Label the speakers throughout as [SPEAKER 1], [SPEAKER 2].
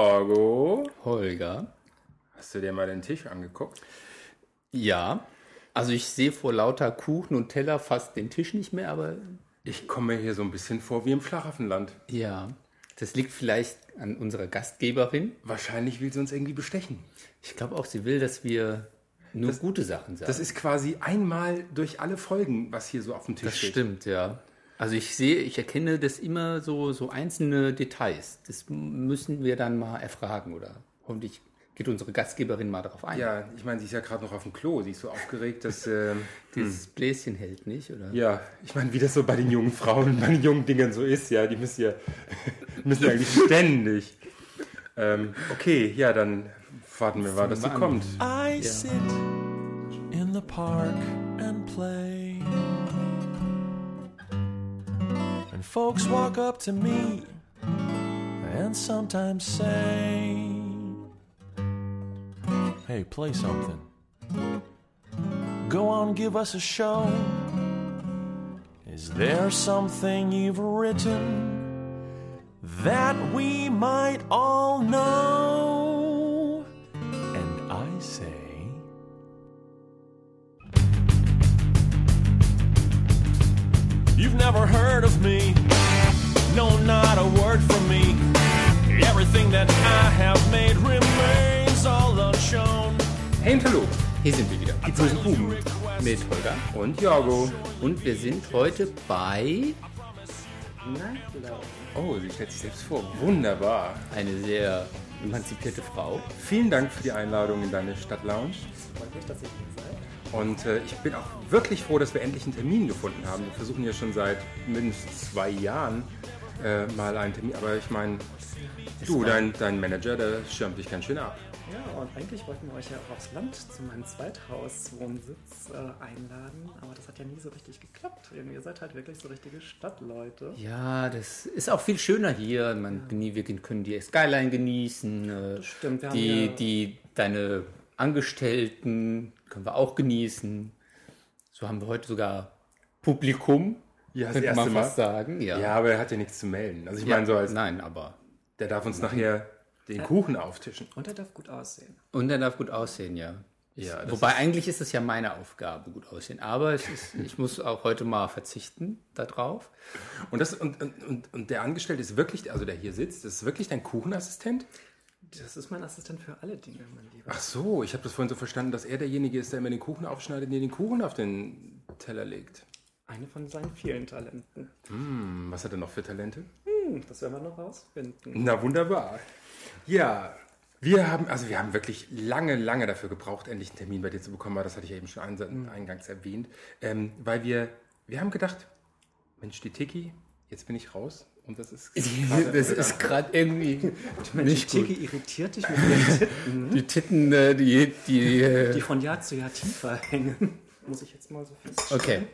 [SPEAKER 1] Jorgo,
[SPEAKER 2] Holger.
[SPEAKER 1] hast du dir mal den Tisch angeguckt?
[SPEAKER 2] Ja. Also ich sehe vor lauter Kuchen und Teller fast den Tisch nicht mehr, aber
[SPEAKER 1] Ich komme mir hier so ein bisschen vor wie im Schlaraffenland.
[SPEAKER 2] ja. Das liegt vielleicht an unserer Gastgeberin.
[SPEAKER 1] Wahrscheinlich will sie uns irgendwie bestechen.
[SPEAKER 2] Ich glaube auch, sie will, dass wir nur gute Sachen sagen.
[SPEAKER 1] Das ist quasi einmal durch alle Folgen, was hier so auf dem Tisch
[SPEAKER 2] Das
[SPEAKER 1] steht.
[SPEAKER 2] stimmt, ja. Also ich sehe, ich erkenne das immer so, so einzelne Details. Das m- müssen wir dann mal erfragen, oder? Hoffentlich geht unsere Gastgeberin mal darauf ein.
[SPEAKER 1] Ja, ich meine, sie ist ja gerade noch auf dem Klo. Sie ist so aufgeregt, dass. ähm,
[SPEAKER 2] Dieses Bläschen hält nicht, oder?
[SPEAKER 1] ja, ich meine, wie das so bei den jungen Frauen, bei den jungen Dingern so ist, ja, die müssen ja, müssen ja eigentlich ständig. Ähm, okay, ja, dann warten wir mal, dass sie
[SPEAKER 2] wir an.
[SPEAKER 1] kommt.
[SPEAKER 3] I sit in the park and play. And folks walk up to me and sometimes say, Hey, play something. Go on, give us a show. Is there something you've written that we might all know? And I say, You've never heard of me. No, not a word from me. Everything that I have made remains all unshown.
[SPEAKER 1] Hey und hallo,
[SPEAKER 2] Hier sind wir wieder.
[SPEAKER 1] die bösen Buben
[SPEAKER 2] Mit Holger.
[SPEAKER 1] und Jorgo.
[SPEAKER 2] Und wir sind heute bei
[SPEAKER 1] Oh, sie stellt sich selbst vor. Wunderbar.
[SPEAKER 2] eine sehr emanzipierte Frau.
[SPEAKER 1] Vielen Dank für die Einladung in deine Stadtlounge. Und äh, ich bin auch wirklich froh, dass wir endlich einen Termin gefunden haben. Wir versuchen ja schon seit mindestens zwei Jahren äh, mal einen Termin. Aber ich meine, du, dein, dein Manager, der schirmt dich ganz schön ab.
[SPEAKER 4] Ja, und eigentlich wollten wir euch ja auch aufs Land zu meinem Zweithauswohnsitz äh, einladen, aber das hat ja nie so richtig geklappt. Irgendwie, Ihr seid halt wirklich so richtige Stadtleute.
[SPEAKER 2] Ja, das ist auch viel schöner hier. Man genie- wir können die Skyline genießen. äh,
[SPEAKER 4] stimmt, wir haben
[SPEAKER 2] die,
[SPEAKER 4] ja-
[SPEAKER 2] die, deine Angestellten können wir auch genießen. So haben wir heute sogar Publikum,
[SPEAKER 1] Ja, das
[SPEAKER 2] könnte
[SPEAKER 1] erste
[SPEAKER 2] man fast
[SPEAKER 1] Mal.
[SPEAKER 2] sagen. Ja,
[SPEAKER 1] Ja, aber er hat ja nichts zu melden. Also ich
[SPEAKER 2] Ja,
[SPEAKER 1] meine, so als,
[SPEAKER 2] nein, aber.
[SPEAKER 1] der darf uns nachher den Kuchen auftischen.
[SPEAKER 4] Und er darf gut aussehen.
[SPEAKER 2] Und er darf gut aussehen, ja.
[SPEAKER 1] Ja, das
[SPEAKER 2] Wobei eigentlich ist es ja meine Aufgabe, gut aussehen. Aber es ist, ich muss auch heute mal verzichten darauf.
[SPEAKER 1] Und, das, und, und, und, und der Angestellte ist wirklich, also der hier sitzt, das ist wirklich dein Kuchenassistent?
[SPEAKER 4] Das ist mein Assistent für alle Dinge, mein Lieber.
[SPEAKER 1] Ach so, ich habe das vorhin so verstanden, dass er derjenige ist, der immer den Kuchen aufschneidet und dir den Kuchen auf den Teller legt.
[SPEAKER 4] Eine von seinen vielen Talenten.
[SPEAKER 1] Hm, Was hat er noch für Talente?
[SPEAKER 4] Hm, Das werden wir noch rausfinden.
[SPEAKER 1] Na wunderbar. Ja, wir haben, also wir haben wirklich lange, lange dafür gebraucht, endlich einen Termin bei dir zu bekommen, aber das hatte ich ja eben schon einsa- eingangs erwähnt, ähm, weil wir, wir haben gedacht, Mensch, die Tiki, jetzt bin ich raus und das ist... gerade-
[SPEAKER 2] Das ist gerade irgendwie
[SPEAKER 4] Mensch,
[SPEAKER 2] nicht
[SPEAKER 4] die
[SPEAKER 2] gut.
[SPEAKER 4] Tiki irritiert dich mit ihren Titten,
[SPEAKER 2] Die Titten, äh, die, die äh,
[SPEAKER 4] die von Jahr zu Jahr tiefer hängen. Muss ich jetzt mal so feststellen.
[SPEAKER 2] Okay.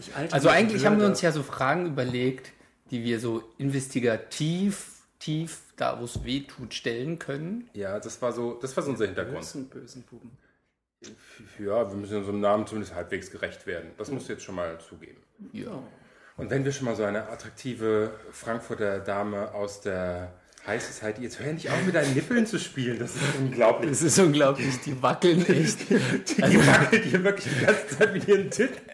[SPEAKER 4] Ich alte
[SPEAKER 2] Also eigentlich haben wir
[SPEAKER 4] Würde.
[SPEAKER 2] uns ja so Fragen überlegt, die wir so investigativ, tief, da wo es weh tut, stellen können.
[SPEAKER 1] ja, das war so, das war so unser Hintergrund.
[SPEAKER 4] bösen, bösen Buben.
[SPEAKER 1] Ja, wir müssen unserem Namen zumindest halbwegs gerecht werden. Das musst du jetzt schon mal zugeben.
[SPEAKER 2] Ja.
[SPEAKER 1] Und wenn wir schon mal so eine attraktive Frankfurter Dame aus der High Society, jetzt hör nicht auf mit deinen Nippeln zu spielen, das ist unglaublich.
[SPEAKER 2] Es ist unglaublich, die wackeln echt. Also
[SPEAKER 1] Die wackelt hier wirklich die ganze Zeit mit ihren Titten.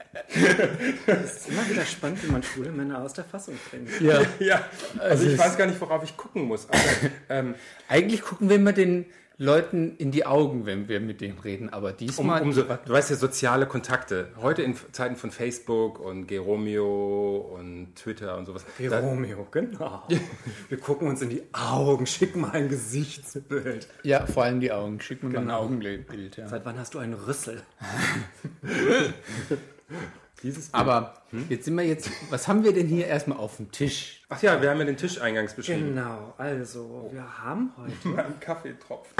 [SPEAKER 4] Es ist immer wieder spannend, wie man schwule Männer aus der Fassung bringt.
[SPEAKER 2] Ja.
[SPEAKER 1] Ja, also ich
[SPEAKER 2] es-
[SPEAKER 1] weiß gar nicht, worauf ich gucken muss. Aber, ähm,
[SPEAKER 2] Eigentlich gucken wir immer den Leuten in die Augen, wenn wir mit denen reden, aber
[SPEAKER 1] um,
[SPEAKER 2] diesmal
[SPEAKER 1] umso, du weißt ja, soziale Kontakte. Heute in Zeiten von Facebook und Geromeo und Twitter und sowas. Da,
[SPEAKER 4] Romeo, genau. Wir gucken uns in die Augen, schick mal ein Gesichtsbild.
[SPEAKER 2] ja, vor allem die Augen, schick mir
[SPEAKER 1] Genau.
[SPEAKER 2] mal ein Augenbild, ja.
[SPEAKER 4] Seit wann hast du einen Rüssel?
[SPEAKER 1] dieses Bild.
[SPEAKER 2] Aber jetzt sind wir jetzt, was haben wir denn hier erstmal auf dem Tisch?
[SPEAKER 1] Ach ja, wir haben ja den Tisch eingangs beschrieben.
[SPEAKER 4] Genau, also, wir haben heute
[SPEAKER 1] Ein Kaffeetropfen.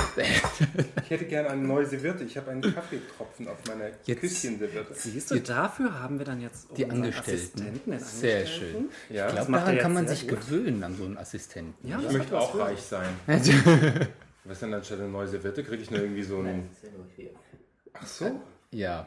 [SPEAKER 1] Ich hätte gerne eine neue Serviette. Ich habe einen Kaffeetropfen auf meiner
[SPEAKER 2] Jetzt-
[SPEAKER 1] Küsschen-Serviette.
[SPEAKER 4] Siehst du, dafür haben wir dann jetzt
[SPEAKER 2] Die
[SPEAKER 4] unseren
[SPEAKER 2] Angestellten.
[SPEAKER 4] Assistenten, den
[SPEAKER 2] Sehr
[SPEAKER 4] Angestellten.
[SPEAKER 2] schön.
[SPEAKER 1] Ja.
[SPEAKER 2] Ich
[SPEAKER 4] Das
[SPEAKER 2] glaube,
[SPEAKER 4] macht er
[SPEAKER 2] daran
[SPEAKER 4] jetzt
[SPEAKER 2] kann man
[SPEAKER 4] sehr
[SPEAKER 2] sich
[SPEAKER 4] gut.
[SPEAKER 2] gewöhnen, an so einen Assistenten.
[SPEAKER 4] Ja,
[SPEAKER 1] Ich
[SPEAKER 4] das
[SPEAKER 1] möchte
[SPEAKER 4] hat was
[SPEAKER 1] auch
[SPEAKER 4] für-
[SPEAKER 1] reich sein. Was denn anstatt eine neue Serviette kriege ich nur irgendwie so einen. Ach so.
[SPEAKER 2] Ja,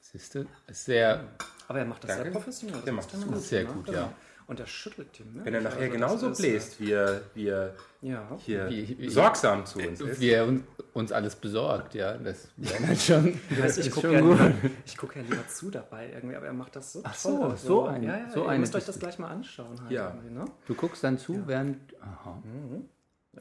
[SPEAKER 2] siehst du? Ist sehr,
[SPEAKER 4] Aber er macht das
[SPEAKER 1] Danke.
[SPEAKER 4] sehr professionell.
[SPEAKER 1] Der
[SPEAKER 4] das
[SPEAKER 1] macht das
[SPEAKER 4] muss man
[SPEAKER 1] gut.
[SPEAKER 4] sagen,
[SPEAKER 2] sehr
[SPEAKER 4] ne?
[SPEAKER 2] gut,
[SPEAKER 4] Genau.
[SPEAKER 2] ja.
[SPEAKER 4] Und der schüttelt den, ne?
[SPEAKER 1] Wenn er
[SPEAKER 4] Ich-
[SPEAKER 1] nachher
[SPEAKER 4] also das
[SPEAKER 1] genauso
[SPEAKER 4] ist, äh,
[SPEAKER 1] bläst, wie er, wie er
[SPEAKER 4] Ja.
[SPEAKER 1] hier
[SPEAKER 2] Wie- wie-
[SPEAKER 1] sorgsam zu uns ist.
[SPEAKER 2] Wie er uns, uns alles besorgt, ja. Das wäre dann schon.
[SPEAKER 4] Weißt, du, ich gucke ja, lieber- ich guck ja lieber zu dabei irgendwie, aber er macht das so. Ach
[SPEAKER 2] so,
[SPEAKER 4] toll,
[SPEAKER 2] so ein-
[SPEAKER 4] Ja, ja,
[SPEAKER 2] so
[SPEAKER 4] ihr
[SPEAKER 2] eine
[SPEAKER 4] müsst euch das
[SPEAKER 2] Disziplin.
[SPEAKER 4] gleich mal anschauen. Halt
[SPEAKER 1] Ja.
[SPEAKER 4] irgendwie, Ne?
[SPEAKER 2] Du guckst dann zu, während. Aha.
[SPEAKER 4] ja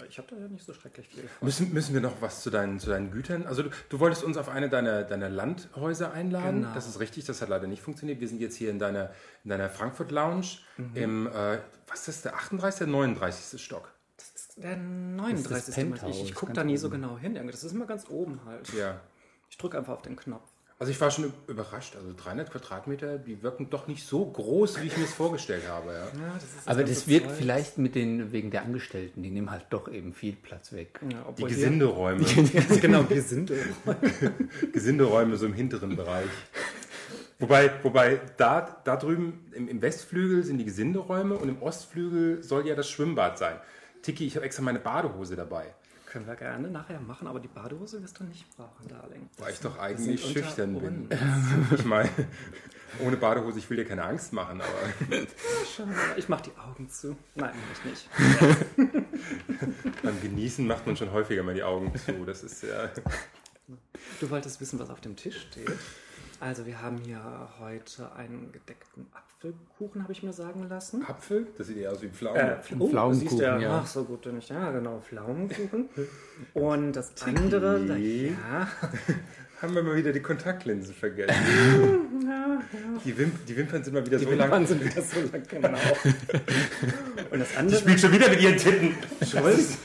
[SPEAKER 4] ich habe da ja nicht so schrecklich viel von.
[SPEAKER 1] Müssen, müssen wir noch was zu deinen, zu deinen Gütern? Also du, du wolltest uns auf eine deiner, deiner Landhäuser einladen.
[SPEAKER 4] Genau.
[SPEAKER 1] Das ist richtig, das hat leider nicht funktioniert. Wir sind jetzt hier in deiner, in deiner Frankfurt Lounge
[SPEAKER 4] Mhm.
[SPEAKER 1] im, äh, was ist das, der 38. oder 39. Stock?
[SPEAKER 4] Das ist der 39.
[SPEAKER 2] Penthouse,
[SPEAKER 4] ich ich gucke
[SPEAKER 2] ganz
[SPEAKER 4] da nie so
[SPEAKER 2] oben.
[SPEAKER 4] genau hin. irgendwie. Das ist immer ganz oben halt.
[SPEAKER 1] Ja.
[SPEAKER 4] Ich drücke einfach auf den Knopf.
[SPEAKER 1] Also ich war schon überrascht. Also 300 Quadratmeter, die wirken doch nicht so groß, wie ich mir es vorgestellt habe. Ja.
[SPEAKER 4] Ja, das ist
[SPEAKER 2] Aber
[SPEAKER 4] ganze
[SPEAKER 2] das wird
[SPEAKER 4] Zeug.
[SPEAKER 2] vielleicht mit den, wegen der Angestellten, die nehmen halt doch eben viel Platz weg.
[SPEAKER 4] Ja,
[SPEAKER 1] Die
[SPEAKER 4] obwohl wir-
[SPEAKER 1] Gesinderäume.
[SPEAKER 4] genau, wir sind.
[SPEAKER 1] Gesinderäume so im hinteren Bereich. Wobei, wobei da, da drüben im, im Westflügel sind die Gesinderäume und im Ostflügel soll ja das Schwimmbad sein. Tiki, ich habe extra meine Badehose dabei.
[SPEAKER 4] Können wir gerne nachher machen, aber die Badehose wirst du nicht brauchen, Darling.
[SPEAKER 1] Weil ich doch
[SPEAKER 4] Wir
[SPEAKER 1] eigentlich
[SPEAKER 4] sind unter
[SPEAKER 1] schüchtern bin.
[SPEAKER 4] uns.
[SPEAKER 1] Ich meine, ohne Badehose, ich will dir keine Angst machen, aber
[SPEAKER 4] Ich mach die Augen zu. Nein, ich nicht.
[SPEAKER 1] beim Genießen macht man schon häufiger mal die Augen zu. Das ist ja.
[SPEAKER 4] Du wolltest wissen, was auf dem Tisch steht. Also, wir haben hier heute einen gedeckten Apfelkuchen, habe ich mir sagen lassen.
[SPEAKER 1] Apfel? Das sieht eher aus wie Pflaume.
[SPEAKER 4] Äh, oh,
[SPEAKER 2] Pflaumenkuchen,
[SPEAKER 4] siehst du
[SPEAKER 2] ja.
[SPEAKER 4] Ach, so gut bin ich. Ja, genau, Pflaumenkuchen. Und das andere, da, ja,
[SPEAKER 1] Haben wir mal wieder die Kontaktlinsen vergessen. Die, Wimp die Wimpern sind mal wieder so lang.
[SPEAKER 4] Wimpern sind wieder so lang, genau. Und das andere,
[SPEAKER 1] spielt schon wieder mit ihren Titten.
[SPEAKER 4] Schulz,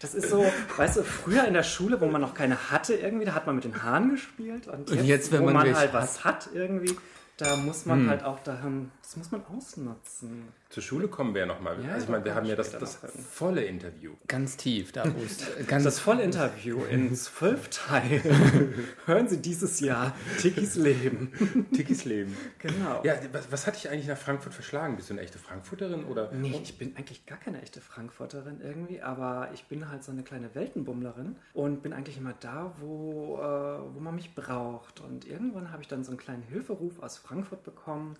[SPEAKER 4] das ist so, weißt du, früher in der Schule, wo man noch keine hatte irgendwie, da hat man mit den Haaren gespielt. Und jetzt,
[SPEAKER 2] jetzt, wenn
[SPEAKER 4] wo
[SPEAKER 2] man
[SPEAKER 4] man
[SPEAKER 2] welche
[SPEAKER 4] halt was hat irgendwie, da muss man halt auch dahin, das muss man ausnutzen.
[SPEAKER 1] Zur Schule kommen wir ja nochmal.
[SPEAKER 4] Ja,
[SPEAKER 1] also ich meine, wir haben ja das,
[SPEAKER 4] später
[SPEAKER 1] das
[SPEAKER 4] noch hin.
[SPEAKER 1] volle Interview.
[SPEAKER 2] Ganz tief, da wo es ganz
[SPEAKER 4] Das Vollinterview in zwölf Teilen. Hören Sie dieses Jahr Tikis Leben.
[SPEAKER 1] Tickys Leben.
[SPEAKER 4] Genau.
[SPEAKER 1] Ja, was, was hat dich eigentlich nach Frankfurt verschlagen? Bist du eine echte Frankfurterin oder?
[SPEAKER 4] Nee, ich bin eigentlich gar keine echte Frankfurterin irgendwie, aber ich bin halt so eine kleine Weltenbummlerin und bin eigentlich immer da, wo, äh, wo man mich braucht. Und irgendwann habe ich dann so einen kleinen Hilferuf aus Frankfurt bekommen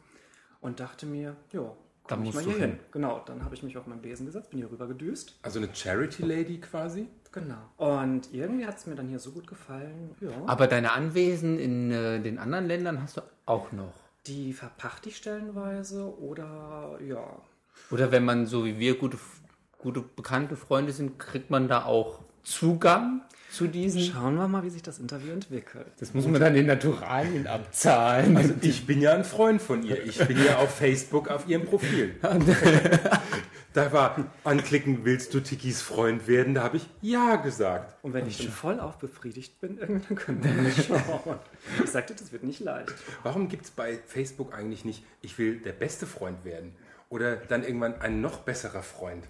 [SPEAKER 4] und dachte mir, jo,
[SPEAKER 2] Da
[SPEAKER 4] komm ich
[SPEAKER 2] musst
[SPEAKER 4] mal
[SPEAKER 2] du
[SPEAKER 4] hier
[SPEAKER 2] hin.
[SPEAKER 4] hin. Genau, dann habe ich mich auf meinen Besen gesetzt, bin hier rüber gedüst.
[SPEAKER 1] Also eine Charity Lady quasi?
[SPEAKER 4] Genau. Und irgendwie hat es mir dann hier so gut gefallen. Ja.
[SPEAKER 2] Aber deine Anwesen in äh, den anderen Ländern hast du auch noch.
[SPEAKER 4] Die verpachte ich stellenweise oder ja.
[SPEAKER 2] Oder wenn man so wie wir gute, gute bekannte Freunde sind, kriegt man da auch Zugang zu diesen.
[SPEAKER 4] Schauen wir mal, wie sich das Interview entwickelt.
[SPEAKER 2] Das muss man dann in Naturalien abzahlen.
[SPEAKER 1] Also, Ich bin ja ein Freund von ihr. Ich bin ja auf Facebook auf ihrem Profil.
[SPEAKER 4] Ah, ne.
[SPEAKER 1] Da war, anklicken, willst du Tikis Freund werden? Da habe ich Ja gesagt.
[SPEAKER 4] Und wenn ich schon voll aufbefriedigt bin, irgendwann können wir mal schauen. Ich sagte, das wird nicht leicht.
[SPEAKER 1] Warum gibt es bei Facebook eigentlich nicht, ich will der beste Freund werden? Oder dann irgendwann ein noch besserer Freund?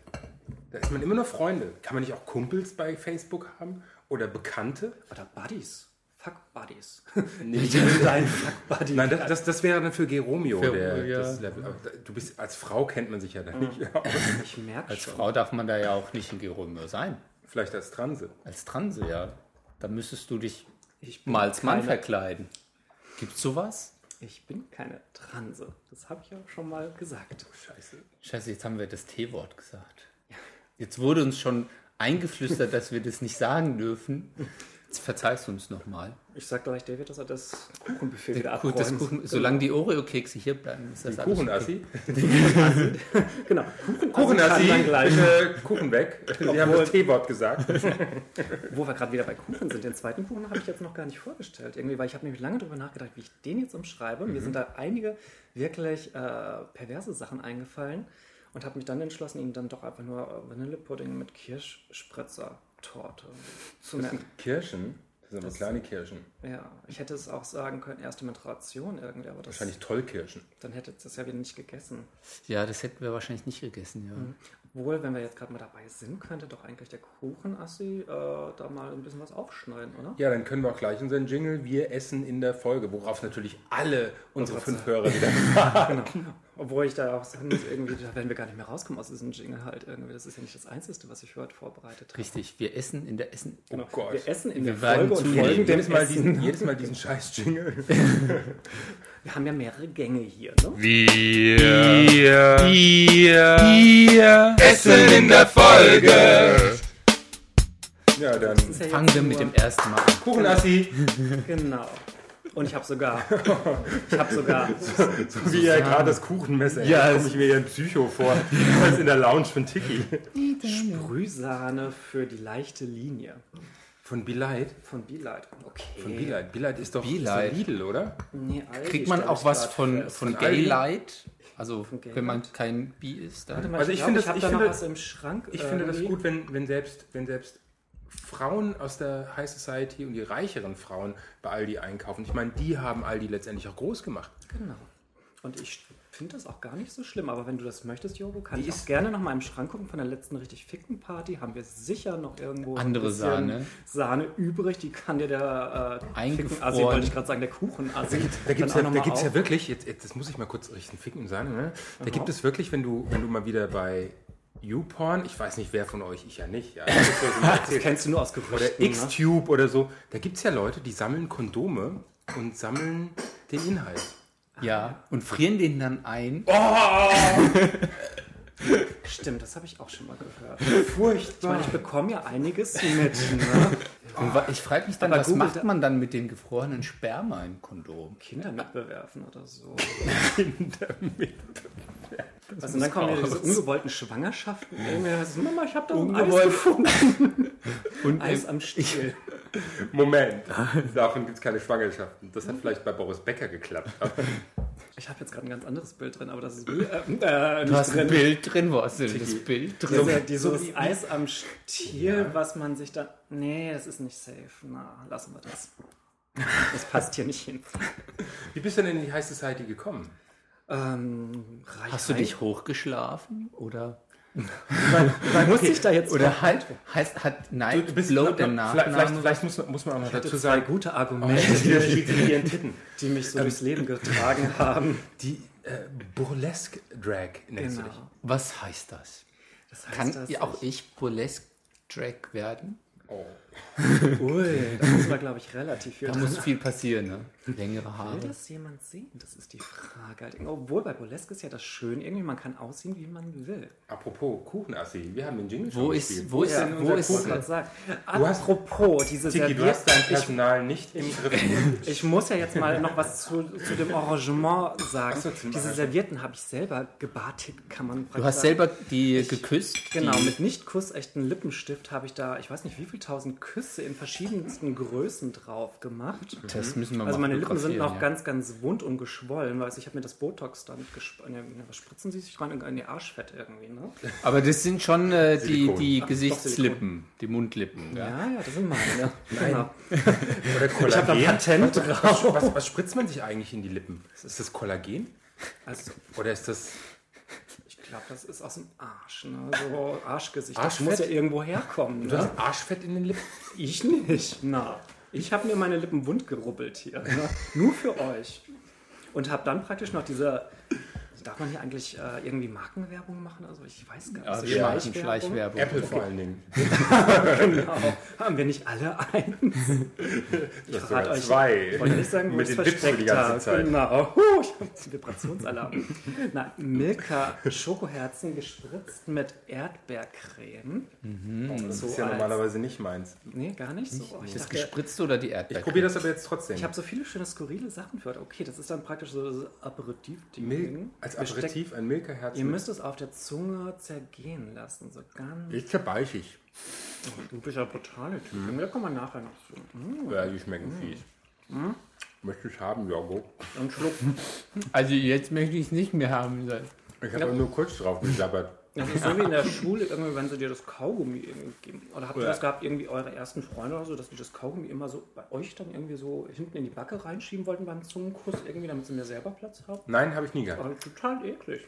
[SPEAKER 1] Da ist man immer nur Freunde. Kann man nicht auch Kumpels bei Facebook haben? Oder Bekannte?
[SPEAKER 4] Oder Buddies. Fuck Buddies.
[SPEAKER 1] Nee,
[SPEAKER 4] Dein Fuck Buddy.
[SPEAKER 1] Nein, das, das, das wäre dann für Geromeo
[SPEAKER 2] Für-
[SPEAKER 1] der,
[SPEAKER 2] ja.
[SPEAKER 1] das Level. Aber da- du bist, als Frau kennt man sich ja dann nicht. aus.
[SPEAKER 4] ich merke
[SPEAKER 1] also,
[SPEAKER 2] Als
[SPEAKER 4] schon.
[SPEAKER 2] Frau darf man da ja auch nicht in Gerömer sein.
[SPEAKER 1] Vielleicht als Transe.
[SPEAKER 2] Als Transe, ja. Da müsstest du dich
[SPEAKER 4] Ich bin,
[SPEAKER 2] mal als Mann
[SPEAKER 4] keine-
[SPEAKER 2] verkleiden. Gibt's sowas?
[SPEAKER 4] ich bin keine Transe. Das habe ich ja schon mal gesagt.
[SPEAKER 1] Scheiße.
[SPEAKER 2] Scheiße, jetzt haben wir das T-Wort gesagt. Jetzt wurde uns schon eingeflüstert, dass wir das nicht sagen dürfen. Jetzt verzeihst du uns nochmal.
[SPEAKER 4] Ich sag gleich David, dass er das Kuchenbuffet wieder
[SPEAKER 2] Gut,
[SPEAKER 4] abräumt.
[SPEAKER 2] das Kuchen, solange die Oreo-Kekse hier bleiben, ist das alles okay.
[SPEAKER 1] Kuchenassi.
[SPEAKER 4] Genau. Kuchen,
[SPEAKER 1] Kuchenassi.
[SPEAKER 2] Also
[SPEAKER 4] kann dann gleich.
[SPEAKER 1] Bitte Kuchen weg. Sie haben das T-Wort gesagt.
[SPEAKER 4] Wo wir gerade wieder bei Kuchen sind, den zweiten Kuchen habe ich jetzt noch gar nicht vorgestellt. Irgendwie, weil ich habe nämlich lange darüber nachgedacht, wie ich den jetzt umschreibe. Mir sind da einige wirklich äh, perverse Sachen eingefallen und habe mich dann entschlossen, ihn dann doch einfach nur äh, Vanillepudding mit Kirschspritzer-Torte zu nennen.
[SPEAKER 1] Kirschen. Das sind aber kleine Kirschen.
[SPEAKER 4] Ja, ich hätte es auch sagen können, erste Menstruation irgendwie, aber das,
[SPEAKER 1] Wahrscheinlich Tollkirschen.
[SPEAKER 4] dann hätte es das ja wieder nicht gegessen.
[SPEAKER 2] Ja, das hätten wir wahrscheinlich nicht gegessen, ja.
[SPEAKER 4] Wohl, wenn wir jetzt gerade mal dabei sind, könnte doch eigentlich der Kuchenassi äh, da mal ein bisschen was aufschneiden, oder?
[SPEAKER 1] Ja, dann können wir auch gleich unseren Jingle Wir essen in der Folge, worauf natürlich alle unsere fünf Hörer wieder.
[SPEAKER 4] Obwohl ich da auch sonst irgendwie, da werden wir gar nicht mehr rauskommen aus diesem Jingle halt irgendwie. Das ist ja nicht das Einzige, was ich heute vorbereitet habe.
[SPEAKER 2] Richtig, wir essen in der Essen.
[SPEAKER 1] Oh Gott.
[SPEAKER 4] Wir essen in
[SPEAKER 2] Wir
[SPEAKER 4] der
[SPEAKER 2] werden
[SPEAKER 4] Folge und
[SPEAKER 2] zulegen.
[SPEAKER 4] folgen dem
[SPEAKER 1] jedes, Mal
[SPEAKER 4] Essen.
[SPEAKER 1] diesen, jedes Mal diesen scheiß Jingle.
[SPEAKER 4] Wir haben ja mehrere Gänge hier, ne?
[SPEAKER 1] Essen in der Folge! Ja, dann
[SPEAKER 4] Ist ja jetzt
[SPEAKER 2] Fangen wir mit
[SPEAKER 4] nur-
[SPEAKER 2] dem ersten Mal an.
[SPEAKER 1] Kuchenassi,
[SPEAKER 4] Genau. Und ich habe sogar, ich habe sogar,
[SPEAKER 1] so wie er gerade das Kuchenmesser ja, komme ich mir ja ein Psycho vor, als in der Lounge von Tiki.
[SPEAKER 4] Brühsahne für die leichte Linie
[SPEAKER 1] Von Belight?
[SPEAKER 4] von Beelight. Okay.
[SPEAKER 1] Von Belight. Belight ist doch
[SPEAKER 2] Belight.
[SPEAKER 1] Ist doch Lidl, oder?
[SPEAKER 4] Nee, Aldi
[SPEAKER 2] Kriegt man
[SPEAKER 4] stell
[SPEAKER 2] auch
[SPEAKER 4] ich
[SPEAKER 2] was
[SPEAKER 4] grad
[SPEAKER 2] von,
[SPEAKER 4] fest.
[SPEAKER 2] von
[SPEAKER 1] Von Aldi?
[SPEAKER 2] Gay Light? Also,
[SPEAKER 4] Gay
[SPEAKER 2] wenn man kein Bi ist,
[SPEAKER 4] Warte
[SPEAKER 2] dann.
[SPEAKER 4] mal,
[SPEAKER 1] Also
[SPEAKER 4] ich,
[SPEAKER 1] ich
[SPEAKER 4] glaube,
[SPEAKER 1] finde
[SPEAKER 4] ich
[SPEAKER 1] das-
[SPEAKER 4] habe
[SPEAKER 1] ich
[SPEAKER 4] da noch
[SPEAKER 1] finde-
[SPEAKER 4] was im Schrank. äh,
[SPEAKER 1] Ich finde das
[SPEAKER 4] irgendwie.
[SPEAKER 1] gut, wenn, wenn, selbst, wenn selbst Frauen aus der High Society und die reicheren Frauen bei Aldi einkaufen. Ich meine, die haben Aldi letztendlich auch groß gemacht.
[SPEAKER 4] Genau. Und ich finde das auch gar nicht so schlimm, aber wenn du das möchtest, Joro, kann
[SPEAKER 1] Die
[SPEAKER 4] ich auch
[SPEAKER 1] ist-
[SPEAKER 4] gerne noch mal im Schrank gucken. Von der letzten richtig ficken Party haben wir sicher noch irgendwo ein
[SPEAKER 2] Andere
[SPEAKER 4] bisschen
[SPEAKER 2] Sahne.
[SPEAKER 4] Sahne übrig. Die kann dir der äh,
[SPEAKER 2] Eingefroren.
[SPEAKER 4] Ficken-Assi, wollte ich gerade sagen, der Kuchen-Assi.
[SPEAKER 1] Da gibt es
[SPEAKER 4] dann
[SPEAKER 1] ja,
[SPEAKER 4] auch noch
[SPEAKER 1] da
[SPEAKER 4] mal
[SPEAKER 1] gibt's ja
[SPEAKER 4] auf-
[SPEAKER 1] wirklich, jetzt, jetzt das muss ich mal kurz richtig ficken und sagen, ne? da gibt es wirklich, wenn du, wenn du mal wieder bei YouPorn, ich weiß nicht wer von euch, ich ja nicht, ja, das ist ja so mal
[SPEAKER 4] Das
[SPEAKER 1] erzählt.
[SPEAKER 4] kennst du nur aus Gerüchten.
[SPEAKER 1] oder
[SPEAKER 4] ne?
[SPEAKER 1] Xtube oder so, da gibt es ja Leute, die sammeln Kondome und sammeln den Inhalt.
[SPEAKER 2] Ja. Und frieren den dann ein.
[SPEAKER 4] Oh. Ne? Stimmt, das habe ich auch schon mal gehört. Ich
[SPEAKER 1] Furchtbar.
[SPEAKER 4] meine, ich bekomme ja einiges mit. Ne?
[SPEAKER 2] Und wa- ich frage mich dann,
[SPEAKER 4] Aber
[SPEAKER 2] was
[SPEAKER 4] Google da-
[SPEAKER 2] macht man dann mit dem gefrorenen Sperma im Kondom?
[SPEAKER 4] Kinder mitbewerfen oder so. Kinder mitbewerfen. Also dann kommen ja diese ungewollten Schwangerschaften. Irgendwie heißt es, Mama, ich habe da so ein Eis
[SPEAKER 2] Ungewollt.
[SPEAKER 4] gefunden.
[SPEAKER 2] Und äh,
[SPEAKER 4] Eis am Stiel.
[SPEAKER 1] Moment, davon gibt es keine Schwangerschaften. Das hat
[SPEAKER 4] Hm?
[SPEAKER 1] vielleicht bei Boris Becker geklappt. Aber
[SPEAKER 4] Ich habe jetzt gerade ein ganz anderes Bild drin, aber das ist äh, äh,
[SPEAKER 2] du
[SPEAKER 4] nicht
[SPEAKER 2] hast ein
[SPEAKER 4] drin.
[SPEAKER 2] Bild drin, wo hast du denn das Bild drin?
[SPEAKER 4] Diese, dieses Eis am Stiel, was man sich dann... Nee, das ist nicht safe. Na, lassen wir das. Das passt hier nicht hin.
[SPEAKER 1] wie bist du denn in die High Society gekommen?
[SPEAKER 4] Ähm, reich,
[SPEAKER 2] Hast du
[SPEAKER 4] reich.
[SPEAKER 2] dich hochgeschlafen? Oder,
[SPEAKER 4] Muss ich da jetzt...
[SPEAKER 2] oder halt, heißt, hat Night Blow der
[SPEAKER 1] vielleicht, vielleicht,
[SPEAKER 2] Nachname?
[SPEAKER 1] vielleicht muss, man, muss man auch noch dazu
[SPEAKER 4] Zwei
[SPEAKER 1] sagen,
[SPEAKER 4] gute Argumente,
[SPEAKER 1] das widerspiegelt sich in ihren Titten.
[SPEAKER 4] Oh, die mich so durchs Leben getragen haben.
[SPEAKER 1] Die äh, Burlesque Drag nennst du
[SPEAKER 2] Genau.
[SPEAKER 1] dich.
[SPEAKER 2] Was heißt das?
[SPEAKER 4] Das heißt,
[SPEAKER 2] Kann
[SPEAKER 4] dass
[SPEAKER 2] ja auch ich Burlesque Drag werden?
[SPEAKER 1] Oh,
[SPEAKER 4] Ui, da muss man, glaube ich, relativ viel
[SPEAKER 2] Da
[SPEAKER 4] dran
[SPEAKER 2] muss viel passieren, ne? Längere
[SPEAKER 4] Will
[SPEAKER 2] Haare.
[SPEAKER 4] das jemand sehen? Das ist die Frage. halt. Obwohl bei Burlesque ist ja das schön, irgendwie man kann aussehen, wie man will.
[SPEAKER 1] Apropos Kuchenassi, wir haben den Jingle
[SPEAKER 2] Wo
[SPEAKER 1] schon
[SPEAKER 2] ist,
[SPEAKER 1] gespielt.
[SPEAKER 2] wo ist,
[SPEAKER 4] Ja,
[SPEAKER 2] wo
[SPEAKER 1] unser
[SPEAKER 2] ist,
[SPEAKER 1] Kuchen.
[SPEAKER 4] Gott sagt.
[SPEAKER 1] hast-
[SPEAKER 4] Apropos, diese
[SPEAKER 1] Tiki, du hast dein Personal nicht im Griff.
[SPEAKER 4] Ich, ich muss ja jetzt mal noch was zu, zu dem Arrangement sagen.
[SPEAKER 1] Ach so, zum
[SPEAKER 4] diese
[SPEAKER 1] Arrangement.
[SPEAKER 4] Servietten habe ich selber gebartigt, kann man
[SPEAKER 2] du hast
[SPEAKER 4] sagen.
[SPEAKER 2] selber die geküsst?
[SPEAKER 4] Genau,
[SPEAKER 2] die,
[SPEAKER 4] mit nicht kussechten Lippenstift habe ich da, ich weiß nicht, wie viel tausend Küsse in verschiedensten Größen drauf gemacht.
[SPEAKER 2] Das müssen wir mal
[SPEAKER 4] Also meine Lippen sind
[SPEAKER 2] fotografieren,
[SPEAKER 4] noch
[SPEAKER 2] ja.
[SPEAKER 4] ganz, ganz wund und geschwollen, weil ich habe mir das Botox dann gesp- ne, ne, was spritzen sie sich rein in ihr Arschfett irgendwie, ne?
[SPEAKER 2] Aber das sind schon äh, die,
[SPEAKER 1] Silikon.
[SPEAKER 2] die
[SPEAKER 1] Ach,
[SPEAKER 2] Gesichtslippen, die Mundlippen. Ja.
[SPEAKER 4] Ja, ja, das sind meine. Genau.
[SPEAKER 1] Oder
[SPEAKER 4] Ich habe da ein
[SPEAKER 1] Kollagen.
[SPEAKER 4] Patent drauf.
[SPEAKER 1] Was, was spritzt man sich eigentlich in die Lippen? Ist das Kollagen?
[SPEAKER 4] Also,
[SPEAKER 1] Oder ist das
[SPEAKER 4] ich glaube, das ist aus dem Arsch, ne? So Arschgesicht. Das
[SPEAKER 1] Arschfett?
[SPEAKER 4] muss ja irgendwo herkommen,
[SPEAKER 1] du
[SPEAKER 4] ne?
[SPEAKER 1] hast Arschfett in den Lippen?
[SPEAKER 4] Ich nicht, na. Ich habe mir meine Lippen wund gerubbelt hier, ne? Nur für euch. Und habe dann praktisch noch diese... Darf man hier eigentlich äh, irgendwie Markenwerbung machen? Also ich weiß gar nicht.
[SPEAKER 2] Also
[SPEAKER 4] So
[SPEAKER 2] ja, Schleichwerbung.
[SPEAKER 1] Apple vor allen Dingen.
[SPEAKER 4] Genau. Haben wir nicht alle einen? Ich
[SPEAKER 1] hast sogar
[SPEAKER 4] verrate euch.
[SPEAKER 1] zwei.
[SPEAKER 4] Ich wollte nicht sagen, wo
[SPEAKER 1] Mit
[SPEAKER 4] ich's
[SPEAKER 1] den Dips für die
[SPEAKER 4] versteckt
[SPEAKER 1] ganze
[SPEAKER 4] hab.
[SPEAKER 1] Zeit.
[SPEAKER 4] Genau. Huh, ich habe Vibrationsalarm. Na, Milka Schokoherzen gespritzt mit Erdbeercreme.
[SPEAKER 1] Mhm. Das
[SPEAKER 4] So
[SPEAKER 1] ist ja
[SPEAKER 4] als-
[SPEAKER 1] normalerweise nicht meins.
[SPEAKER 4] Nee, gar nicht so. Oh, ich
[SPEAKER 2] Das
[SPEAKER 4] dachte,
[SPEAKER 2] gespritzte oder die Erdbeere?
[SPEAKER 1] Ich probiere das aber jetzt trotzdem.
[SPEAKER 4] ich habe so viele schöne skurrile Sachen gehört. Okay, das ist dann praktisch so das Aperitif-Ding.
[SPEAKER 1] Mil als
[SPEAKER 4] Wir stecken-
[SPEAKER 1] Aperitif ein Milka-Herz.
[SPEAKER 4] Ihr müsst es auf der Zunge zergehen lassen. So ganz.
[SPEAKER 1] Ist zerbeißig.
[SPEAKER 4] Du bist ja brutale Typ.
[SPEAKER 1] Mhm.
[SPEAKER 4] Da kommen wir nachher noch zu. Mhm.
[SPEAKER 1] Ja, die schmecken fies.
[SPEAKER 4] Hm?
[SPEAKER 1] Möchtest du haben, Jorgo?
[SPEAKER 4] Und schluck.
[SPEAKER 2] Also jetzt möchte ich es nicht mehr haben. Sein.
[SPEAKER 1] Ich habe nur kurz drauf gesabbert.
[SPEAKER 4] Das ist so wie in der Schule, irgendwie, wenn sie dir das Kaugummi irgendwie geben. Oder habt ihr
[SPEAKER 1] Ja.
[SPEAKER 4] das gehabt, irgendwie eure ersten Freunde oder so, dass die das Kaugummi immer so bei euch dann irgendwie so hinten in die Backe reinschieben wollten beim Zungenkuss, irgendwie, damit sie mehr selber Platz haben?
[SPEAKER 1] Nein, habe ich nie gehabt.
[SPEAKER 4] Aber total eklig.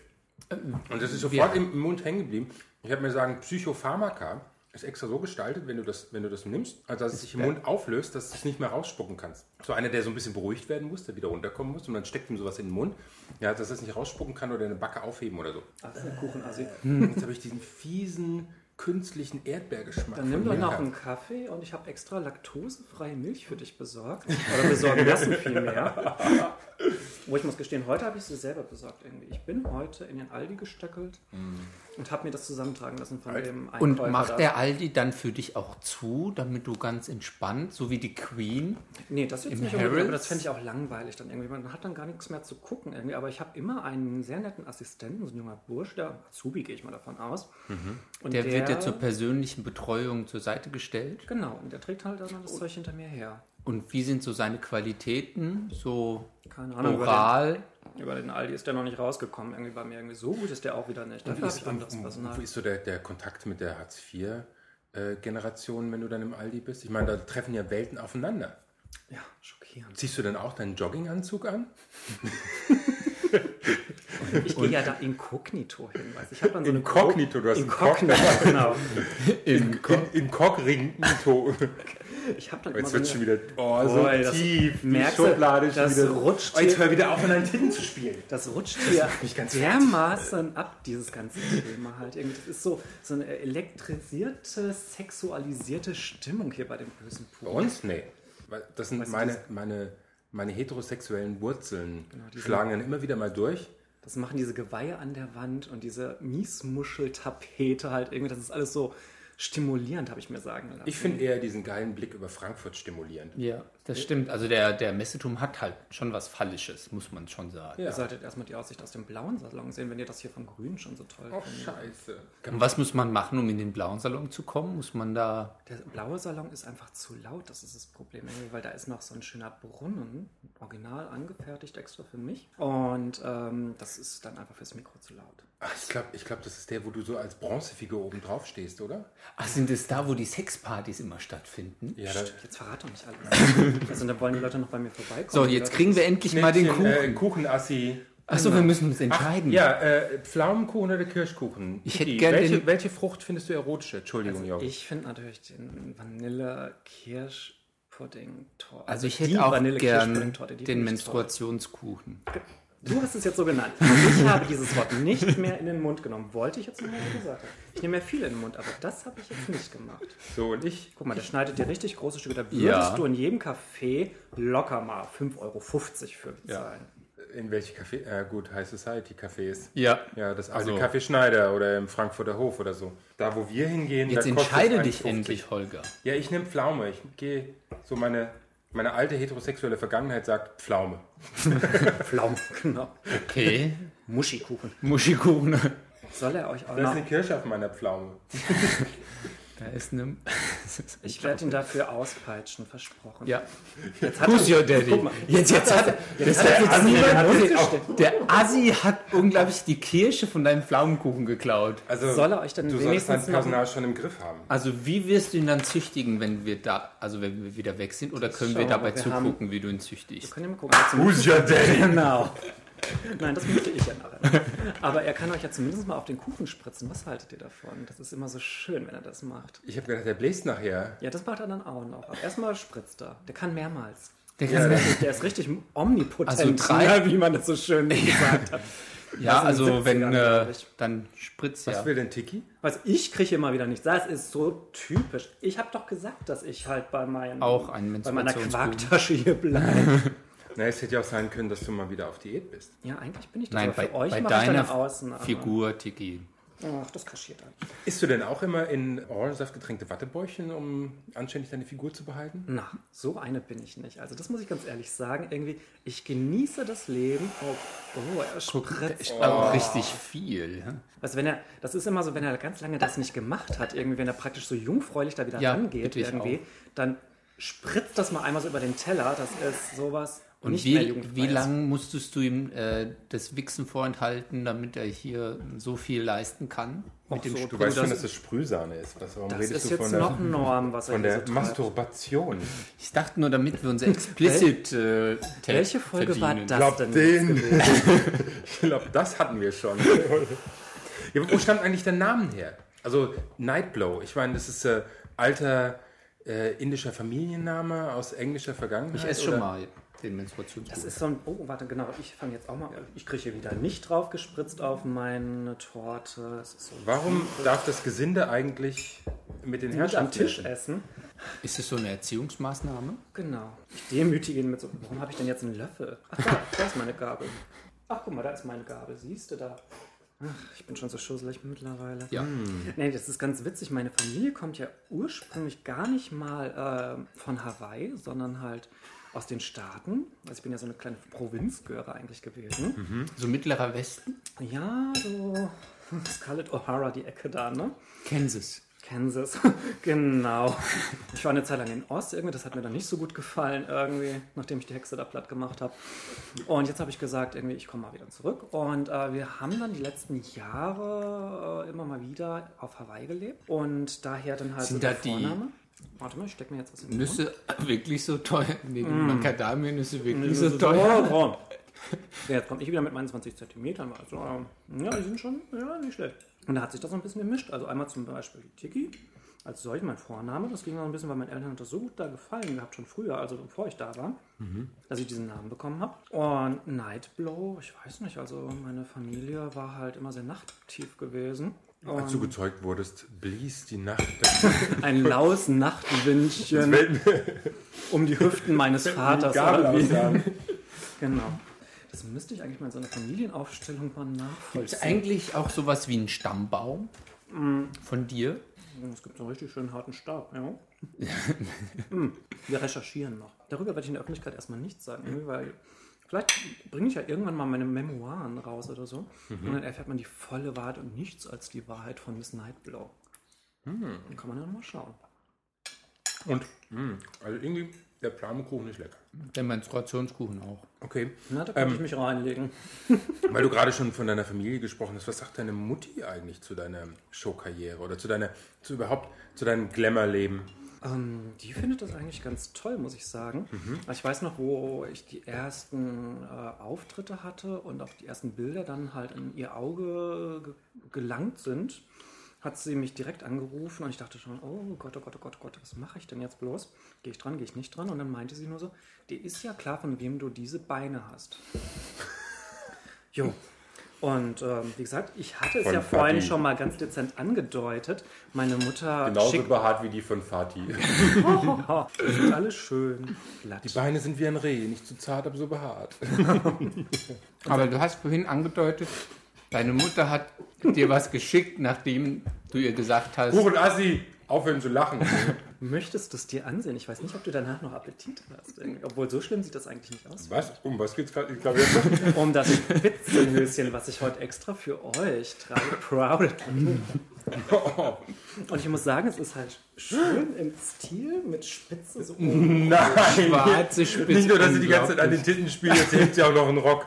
[SPEAKER 1] Und das ist sofort im Mund hängen geblieben. Ich habe mir sagen, Psychopharmaka ist extra so gestaltet, wenn du das, wenn du das nimmst, also dass es sich im Mund auflöst, dass du es nicht mehr rausspucken kannst. So einer, der so ein bisschen beruhigt werden muss, der wieder runterkommen muss und dann steckt ihm sowas in den Mund, ja, dass er es nicht rausspucken kann oder eine Backe aufheben oder so.
[SPEAKER 4] Ach, das ist ein Kuchen, also.
[SPEAKER 1] Äh. Jetzt habe ich diesen fiesen künstlichen Erdbeergeschmack.
[SPEAKER 4] Dann nimm
[SPEAKER 1] von
[SPEAKER 4] doch noch
[SPEAKER 1] Milka.
[SPEAKER 4] einen Kaffee und ich habe extra laktosefreie Milch für dich besorgt. Oder besorgen lassen vielmehr. Wo ich muss gestehen, heute habe ich sie selber besorgt irgendwie. Ich bin heute in den Aldi gestöckelt und habe mir das zusammentragen lassen von dem
[SPEAKER 2] Und
[SPEAKER 4] Einkäufer da.
[SPEAKER 2] macht der Aldi dann für dich auch zu, damit du ganz entspannt, so wie die Queen,
[SPEAKER 4] Nee, das jetzt
[SPEAKER 2] Im
[SPEAKER 4] nicht unbedingt, aber das
[SPEAKER 2] Harrods?
[SPEAKER 4] fände ich auch langweilig dann irgendwie. Man hat dann gar nichts mehr zu gucken irgendwie. Aber ich habe immer einen sehr netten Assistenten, so ein junger Bursch, der Azubi gehe ich mal davon aus. Und
[SPEAKER 2] der, wird ja zur persönlichen Betreuung zur Seite gestellt.
[SPEAKER 4] Genau, und der trägt halt dann das Zeug hinter mir her.
[SPEAKER 2] Und wie sind so seine Qualitäten? So
[SPEAKER 4] Keine Ahnung. über den-
[SPEAKER 2] oral.
[SPEAKER 4] Über den Aldi ist der noch nicht rausgekommen. Irgendwie bei mir irgendwie so gut ist der auch wieder nicht. Dafür habe ich anderes
[SPEAKER 1] Wo
[SPEAKER 4] Personal.
[SPEAKER 1] ist so der, der Kontakt mit der Hartz-IV-Generation, wenn du dann im Aldi bist? Ich meine, da treffen ja Welten aufeinander.
[SPEAKER 4] Ja, schockierend.
[SPEAKER 1] Ziehst du dann auch deinen Jogginganzug an?
[SPEAKER 4] Ich gehe ja da inkognito hin. Weißt? du. Ich habe dann so eine
[SPEAKER 1] Inkognito, du hast einen Cock
[SPEAKER 4] Inkognito, genau.
[SPEAKER 1] Im Cockring-Mito.
[SPEAKER 4] Ich habe dann immer
[SPEAKER 1] Oh, Jetzt
[SPEAKER 4] so
[SPEAKER 1] wird
[SPEAKER 4] eine,
[SPEAKER 1] schon wieder oh, so
[SPEAKER 4] Boah, das-
[SPEAKER 1] tief. Die
[SPEAKER 4] merkst du,
[SPEAKER 1] Schublade ist schon
[SPEAKER 4] das
[SPEAKER 1] wieder.
[SPEAKER 4] rutscht
[SPEAKER 1] oh, jetzt
[SPEAKER 4] hier-
[SPEAKER 1] hör wieder auf, an deinen Titten zu spielen.
[SPEAKER 4] das rutscht hier
[SPEAKER 1] mich ganz
[SPEAKER 4] dermaßen ab, dieses ganze Thema halt. Irgendwie, das ist so, so eine elektrisierte, sexualisierte Stimmung hier bei dem bösen
[SPEAKER 1] Bei
[SPEAKER 4] Puh.
[SPEAKER 1] uns? Nee. Weil Das Genau, sind
[SPEAKER 4] Weißt du,
[SPEAKER 1] meine,
[SPEAKER 4] das-
[SPEAKER 1] meine, meine heterosexuellen Wurzeln.
[SPEAKER 4] die sind-
[SPEAKER 1] schlagen dann immer wieder mal durch.
[SPEAKER 4] Das machen diese Geweihe an der Wand und diese Miesmuscheltapete halt irgendwie. Das ist alles so stimulierend, habe ich mir sagen lassen.
[SPEAKER 1] Ich finde eher diesen geilen Blick über Frankfurt stimulierend.
[SPEAKER 2] Ja, das stimmt. Also der, der Messetum hat halt schon was Fallisches, muss man schon sagen.
[SPEAKER 4] Ihr solltet erstmal die Aussicht aus dem blauen Salon sehen, wenn ihr das hier vom Grünen schon so toll
[SPEAKER 1] Oh,
[SPEAKER 4] findet.
[SPEAKER 1] scheiße.
[SPEAKER 2] Und was muss man machen, um in den blauen Salon zu kommen? Muss man da
[SPEAKER 4] Der blaue Salon ist einfach zu laut, das ist das Problem, irgendwie, weil da ist noch so ein schöner Brunnen, original angefertigt extra für mich. Und ähm, das ist dann einfach fürs Mikro zu laut.
[SPEAKER 1] Ach, ich glaube, ich glaub, das ist der, wo du so als Bronzefigur oben drauf stehst, oder?
[SPEAKER 2] Ach, sind es da, wo die Sexpartys immer stattfinden?
[SPEAKER 1] Ja, da,
[SPEAKER 4] Jetzt verrate doch nicht alles. also dann wollen die Leute noch bei mir vorbeikommen.
[SPEAKER 2] So,
[SPEAKER 4] Die
[SPEAKER 2] jetzt
[SPEAKER 4] Leute-
[SPEAKER 2] kriegen wir endlich mal den
[SPEAKER 1] Schnittchen,
[SPEAKER 2] Kuchen.
[SPEAKER 1] Äh, Kuchenassi.
[SPEAKER 2] Achso, wir müssen uns entscheiden.
[SPEAKER 1] Ja, äh, Pflaumenkuchen oder Kirschkuchen?
[SPEAKER 2] Hm. Ich hätte
[SPEAKER 1] Vicky,
[SPEAKER 2] gern
[SPEAKER 1] welche,
[SPEAKER 2] den- Also
[SPEAKER 1] welche Frucht findest du erotischer? Entschuldigung, Jörg.
[SPEAKER 4] Ich finde natürlich den Vanille-Kirschpudding-Torte.
[SPEAKER 2] Also ich
[SPEAKER 4] die
[SPEAKER 2] hätte auch gern
[SPEAKER 4] Vanille-Kirschpudding-Torte, die
[SPEAKER 2] den
[SPEAKER 4] finde ich toll.
[SPEAKER 2] Menstruationskuchen.
[SPEAKER 4] Du hast es jetzt so genannt. Ich habe dieses Wort nicht mehr in den Mund genommen. Wollte ich jetzt nur mal so gesagt haben. Ich nehme ja viel in den Mund, aber das habe ich jetzt nicht gemacht.
[SPEAKER 1] So, und ich?
[SPEAKER 4] Guck mal, der schneidet dir richtig große Stücke. Da würdest
[SPEAKER 2] Ja.
[SPEAKER 4] du in jedem Café locker mal 5,50 Euro für bezahlen.
[SPEAKER 1] In welche Café? Äh, gut, High Society Cafés.
[SPEAKER 2] Ja.
[SPEAKER 1] Ja, das alte
[SPEAKER 2] Also-
[SPEAKER 1] Café Schneider oder im Frankfurter Hof oder so. Da, wo wir hingehen,
[SPEAKER 2] Jetzt
[SPEAKER 1] da kostet
[SPEAKER 2] entscheide
[SPEAKER 1] es
[SPEAKER 2] dich
[SPEAKER 1] 1,50.
[SPEAKER 2] endlich, Holger.
[SPEAKER 1] Ja, ich nehme Pflaume. Ich gehe so meine, meine alte heterosexuelle Vergangenheit sagt Pflaume.
[SPEAKER 4] Pflaumen, genau.
[SPEAKER 2] Okay.
[SPEAKER 4] Muschikuchen.
[SPEAKER 2] Muschikuchen.
[SPEAKER 4] Soll er euch
[SPEAKER 2] Genau.
[SPEAKER 4] auch
[SPEAKER 1] Da ist
[SPEAKER 4] noch...
[SPEAKER 1] eine Kirsche auf meiner Pflaume.
[SPEAKER 2] Da ist ne, eine.
[SPEAKER 4] Ich werde ihn dafür auspeitschen, versprochen.
[SPEAKER 2] Ja.
[SPEAKER 4] jetzt hat
[SPEAKER 2] Who's
[SPEAKER 4] er,
[SPEAKER 2] your daddy? Jetzt, jetzt hat, jetzt hat
[SPEAKER 4] der
[SPEAKER 2] jetzt
[SPEAKER 4] Assi- der hat
[SPEAKER 2] niemand.
[SPEAKER 4] sich auch-
[SPEAKER 2] Der Assi hat unglaublich die Kirsche von deinem Pflaumenkuchen geklaut.
[SPEAKER 1] Also,
[SPEAKER 4] Soll er euch dann
[SPEAKER 1] du solltest dein
[SPEAKER 4] wenigstens noch-
[SPEAKER 1] Personal schon im Griff haben.
[SPEAKER 2] Also wie wirst du ihn dann züchtigen, wenn wir da, also wenn wir wieder weg sind, oder können wir
[SPEAKER 4] schauen wir
[SPEAKER 2] dabei
[SPEAKER 4] mal. Wir haben-
[SPEAKER 2] zugucken, wie du ihn züchtigst?
[SPEAKER 4] Könnt ihr mal gucken. ob zum-
[SPEAKER 1] Who's your daddy?
[SPEAKER 4] Genau. Nein, das möchte ich ja nachher. Aber er kann euch ja zumindest mal auf den Kuchen spritzen. Was haltet ihr davon? Das ist immer so schön, wenn er das macht.
[SPEAKER 1] Ich habe gedacht, der bläst nachher.
[SPEAKER 4] Ja, das macht er dann auch noch. Aber erstmal spritzt er. Der kann mehrmals. Also
[SPEAKER 2] Der
[SPEAKER 1] Ja,
[SPEAKER 2] kann,
[SPEAKER 4] Der ist richtig omnipotent.
[SPEAKER 2] Also drei-
[SPEAKER 4] ne, wie man das so schön gesagt hat.
[SPEAKER 2] ja,
[SPEAKER 4] das sind
[SPEAKER 2] also wenn
[SPEAKER 4] 70er, glaub
[SPEAKER 2] äh,
[SPEAKER 4] ich.
[SPEAKER 2] dann spritzt
[SPEAKER 1] Was
[SPEAKER 2] ja.
[SPEAKER 1] will denn Tiki?
[SPEAKER 4] Was ich kriege immer wieder nicht. Das ist so typisch. Ich habe doch gesagt, dass ich halt bei meinen
[SPEAKER 2] Auch einen
[SPEAKER 4] bei meiner
[SPEAKER 2] Menstruationskuchen.
[SPEAKER 4] Quarktasche hier bleibe.
[SPEAKER 1] Na, es hätte ja auch sein können, dass du mal wieder auf Diät bist.
[SPEAKER 4] ja, eigentlich bin ich das.
[SPEAKER 2] Nein,
[SPEAKER 4] aber
[SPEAKER 2] bei,
[SPEAKER 4] also für euch
[SPEAKER 2] bei
[SPEAKER 4] mache ich dann
[SPEAKER 2] deiner
[SPEAKER 4] eine Ausnahme.
[SPEAKER 2] Figur, Tiki.
[SPEAKER 4] Ach, das kaschiert er.
[SPEAKER 1] Isst du denn auch immer in Orangensaft getränkte Wattebäuchchen, um anständig deine Figur zu behalten?
[SPEAKER 4] Na, so eine bin ich nicht. Also das muss ich ganz ehrlich sagen. Irgendwie, ich genieße das Leben. Oh, oh er spritzt.
[SPEAKER 2] Aber richtig viel. hä?
[SPEAKER 4] Also wenn er, das ist immer so, wenn er ganz lange das nicht gemacht hat, irgendwie, wenn er praktisch so jungfräulich da wieder
[SPEAKER 2] Ja,
[SPEAKER 4] rangeht
[SPEAKER 2] bitte ich
[SPEAKER 4] irgendwie,
[SPEAKER 2] auch.
[SPEAKER 4] dann spritzt das mal einmal so über den Teller. Das ist sowas.
[SPEAKER 2] Und
[SPEAKER 4] nicht mehr
[SPEAKER 2] wie,
[SPEAKER 4] jugendfrei
[SPEAKER 2] wie
[SPEAKER 4] ist.
[SPEAKER 2] lange musstest du ihm äh, das Wichsen vorenthalten, damit er hier so viel leisten kann? Mit dem
[SPEAKER 4] so,
[SPEAKER 1] Du
[SPEAKER 2] Sprudel?
[SPEAKER 1] weißt schon, dass es Sprühsahne ist. Was, warum
[SPEAKER 4] Das
[SPEAKER 1] redest
[SPEAKER 4] ist
[SPEAKER 1] du von
[SPEAKER 4] jetzt
[SPEAKER 1] der,
[SPEAKER 4] noch ein Norm, was er
[SPEAKER 1] von
[SPEAKER 4] hier
[SPEAKER 1] der
[SPEAKER 4] so treibt.
[SPEAKER 1] Masturbation?
[SPEAKER 2] Ich dachte nur, damit wir unser explicit äh, Tag
[SPEAKER 4] Welche Folge
[SPEAKER 2] verdienen.
[SPEAKER 4] war das
[SPEAKER 1] Glaub
[SPEAKER 4] denn?
[SPEAKER 1] den. ich glaube, das hatten wir schon. ja, aber wo stammt eigentlich der Name her? Also Nightblow. Ich meine, das ist äh, alter äh, indischer Familienname aus englischer Vergangenheit.
[SPEAKER 2] Ich esse schon
[SPEAKER 1] oder?
[SPEAKER 2] mal den Menstruationsbrudel.
[SPEAKER 4] Das ist so ein. Oh, warte, genau. Ich fange jetzt auch mal. Ich kriege hier wieder nicht drauf gespritzt auf meine Torte. Das ist so
[SPEAKER 1] Warum darf das Gesinde eigentlich mit den
[SPEAKER 4] Mit am
[SPEAKER 1] Herrschaften
[SPEAKER 4] Tisch
[SPEAKER 1] essen?
[SPEAKER 4] essen.
[SPEAKER 2] Ist das so eine Erziehungsmaßnahme?
[SPEAKER 4] Genau. Ich demütige ihn mit so. Warum habe ich denn jetzt einen Löffel? Ach, da, da ist meine Gabel. Ach, guck mal, da ist meine Gabel. Siehst du da? Ach, ich bin schon so schusselig mittlerweile.
[SPEAKER 2] Ja.
[SPEAKER 4] Nee, das ist ganz witzig. Meine Familie kommt ja ursprünglich gar nicht mal ähm, von Hawaii, sondern halt aus den Staaten. Also ich bin ja so eine kleine Provinzgöre eigentlich gewesen.
[SPEAKER 2] So mittlerer Westen?
[SPEAKER 4] Ja, so Scarlett O'Hara, die Ecke da, ne?
[SPEAKER 2] Kansas.
[SPEAKER 4] Kansas, genau. Ich war eine Zeit lang in Ost, irgendwie, das hat mir dann nicht so gut gefallen, irgendwie, nachdem ich die Hexe da platt gemacht habe. Und jetzt habe ich gesagt, irgendwie, ich komme mal wieder zurück. Und äh, wir haben dann die letzten Jahre äh, immer mal wieder auf Hawaii gelebt. Und daher dann halt
[SPEAKER 2] Sind
[SPEAKER 4] der
[SPEAKER 2] da die-
[SPEAKER 4] Vorname. Warte mal, ich stecke mir jetzt was in den Mund.
[SPEAKER 2] Nüsse wirklich so teuer? Nee, Macadamia-Nüsse wirklich so
[SPEAKER 4] So,
[SPEAKER 2] teuer?
[SPEAKER 4] so. Ja, jetzt komme ich wieder mit meinen 20 Zentimetern. Also, ähm, ja, die sind schon ja, nicht schlecht. Und da hat sich das so ein bisschen gemischt. Also einmal zum Beispiel die Tiki. Als solch mein Vorname, das ging auch ein bisschen, weil meinen Eltern hat das so gut da gefallen gehabt, schon früher, also bevor ich da war, dass ich diesen Namen bekommen habe. Und Nightblow, ich weiß nicht, also meine Familie war halt immer sehr nachtaktiv gewesen.
[SPEAKER 1] Als du gezeugt wurdest, blies die Nacht
[SPEAKER 4] Ein laues Nachtwindchen um die Hüften meines Vaters. oder wie? Genau. Das müsste ich eigentlich mal in so einer Familienaufstellung mal
[SPEAKER 2] Ist
[SPEAKER 4] nachvollziehen.
[SPEAKER 2] eigentlich auch sowas wie ein Stammbaum von dir?
[SPEAKER 4] Es gibt so einen richtig schönen harten Stab, ja. hm, wir recherchieren noch. Darüber werde ich in der Öffentlichkeit erstmal nichts sagen, irgendwie, weil vielleicht bringe ich ja irgendwann mal meine Memoiren raus oder so. Und dann erfährt man die volle Wahrheit und nichts als die Wahrheit von Miss Nightblow. Dann kann man ja noch mal schauen.
[SPEAKER 1] Und mh, also irgendwie der Plamekuchen ist lecker.
[SPEAKER 2] Der Menstruationskuchen auch.
[SPEAKER 1] Okay.
[SPEAKER 4] Na, da kann ich mich reinlegen.
[SPEAKER 1] Weil du gerade schon von deiner Familie gesprochen hast, was sagt deine Mutti eigentlich zu deiner Showkarriere oder zu deiner, zu überhaupt, zu deinem Glamour-Leben?
[SPEAKER 4] Ähm, die findet das eigentlich ganz toll, muss ich sagen.
[SPEAKER 1] Mhm.
[SPEAKER 4] Ich weiß noch, wo ich die ersten äh, Auftritte hatte und auch die ersten Bilder dann halt in ihr Auge ge gelangt sind, hat sie mich direkt angerufen und ich dachte schon, oh Gott, oh Gott, oh Gott, oh Gott, was mache ich denn jetzt bloß? Gehe ich dran, gehe ich nicht dran? Und dann meinte sie nur so, dir ist ja klar, von wem du diese Beine hast. Jo. Und ähm, wie gesagt, ich hatte es
[SPEAKER 1] Von
[SPEAKER 4] ja vorhin
[SPEAKER 1] Fabi.
[SPEAKER 4] schon mal ganz dezent angedeutet. Meine Mutter
[SPEAKER 1] Genauso
[SPEAKER 4] schickt
[SPEAKER 1] behaart wie die von Fatih.
[SPEAKER 4] Oh, das ist alles schön glatt.
[SPEAKER 1] Die Beine sind wie ein Reh, nicht zu zart, aber so behaart.
[SPEAKER 2] Aber du hast vorhin angedeutet, deine Mutter hat dir was geschickt, nachdem du ihr gesagt hast,
[SPEAKER 1] Huch und Assi, aufhören zu lachen.
[SPEAKER 4] Möchtest du es dir ansehen? Ich weiß nicht, ob du danach noch Appetit hast. Irgendwie. Obwohl, so schlimm sieht das eigentlich nicht aus.
[SPEAKER 1] Was? Um was geht's gerade? Ich glaube, jetzt-
[SPEAKER 4] Um das Spitzenhöschen, was ich heute extra für euch trage. Proud.
[SPEAKER 1] oh,
[SPEAKER 4] Und ich muss sagen, es ist halt schön im Stil mit Spitze so oben.
[SPEAKER 1] nein!
[SPEAKER 2] schwarze Spitze.
[SPEAKER 1] Nicht nur, dass sie die ganze Zeit an den Titten spielt, jetzt hebt sie auch noch einen Rock.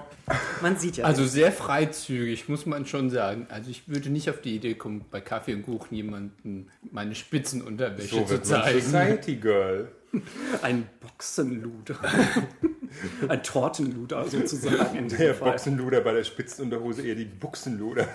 [SPEAKER 4] Man sieht ja.
[SPEAKER 2] Also sehr freizügig, muss man schon sagen. Also ich würde nicht auf die Idee kommen, bei Kaffee und Kuchen jemanden meine Spitzenunterwäsche zu
[SPEAKER 1] wird man
[SPEAKER 2] zeigen.
[SPEAKER 1] Society Girl.
[SPEAKER 4] nicht. ein Boxenluder. ein Tortenluder sozusagen in
[SPEAKER 1] Der
[SPEAKER 4] diesem Fall.
[SPEAKER 1] Boxenluder bei der Spitzenunterhose eher die Buchsenluder.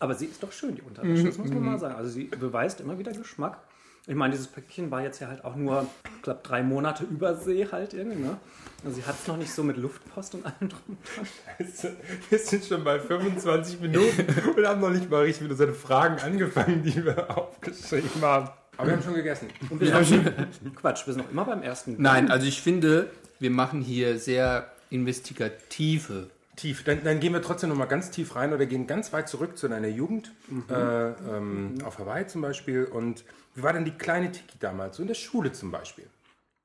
[SPEAKER 4] Aber sie ist doch schön, die Unterwäsche, das muss man mal sagen. Also sie beweist immer wieder Geschmack. Ich meine, dieses Päckchen war jetzt ja halt auch nur, ich glaube, drei Monate Übersee halt irgendwie, ne? Also sie hat es noch nicht so mit Luftpost und allem drum. und dran.
[SPEAKER 1] Wir sind schon bei 25 Minuten und haben noch nicht mal richtig mit unseren Fragen angefangen, die wir aufgeschrieben haben. Aber wir haben schon gegessen.
[SPEAKER 4] Und wir sind, Quatsch, wir sind noch immer beim ersten.
[SPEAKER 2] Nein, also ich finde, wir machen hier sehr investigative.
[SPEAKER 1] Tief. Dann, dann gehen wir trotzdem noch mal ganz tief rein oder gehen ganz weit zurück zu deiner Jugend. Äh, ähm, Auf Hawaii zum Beispiel. Und wie war denn die kleine Tiki damals? So in der Schule zum Beispiel.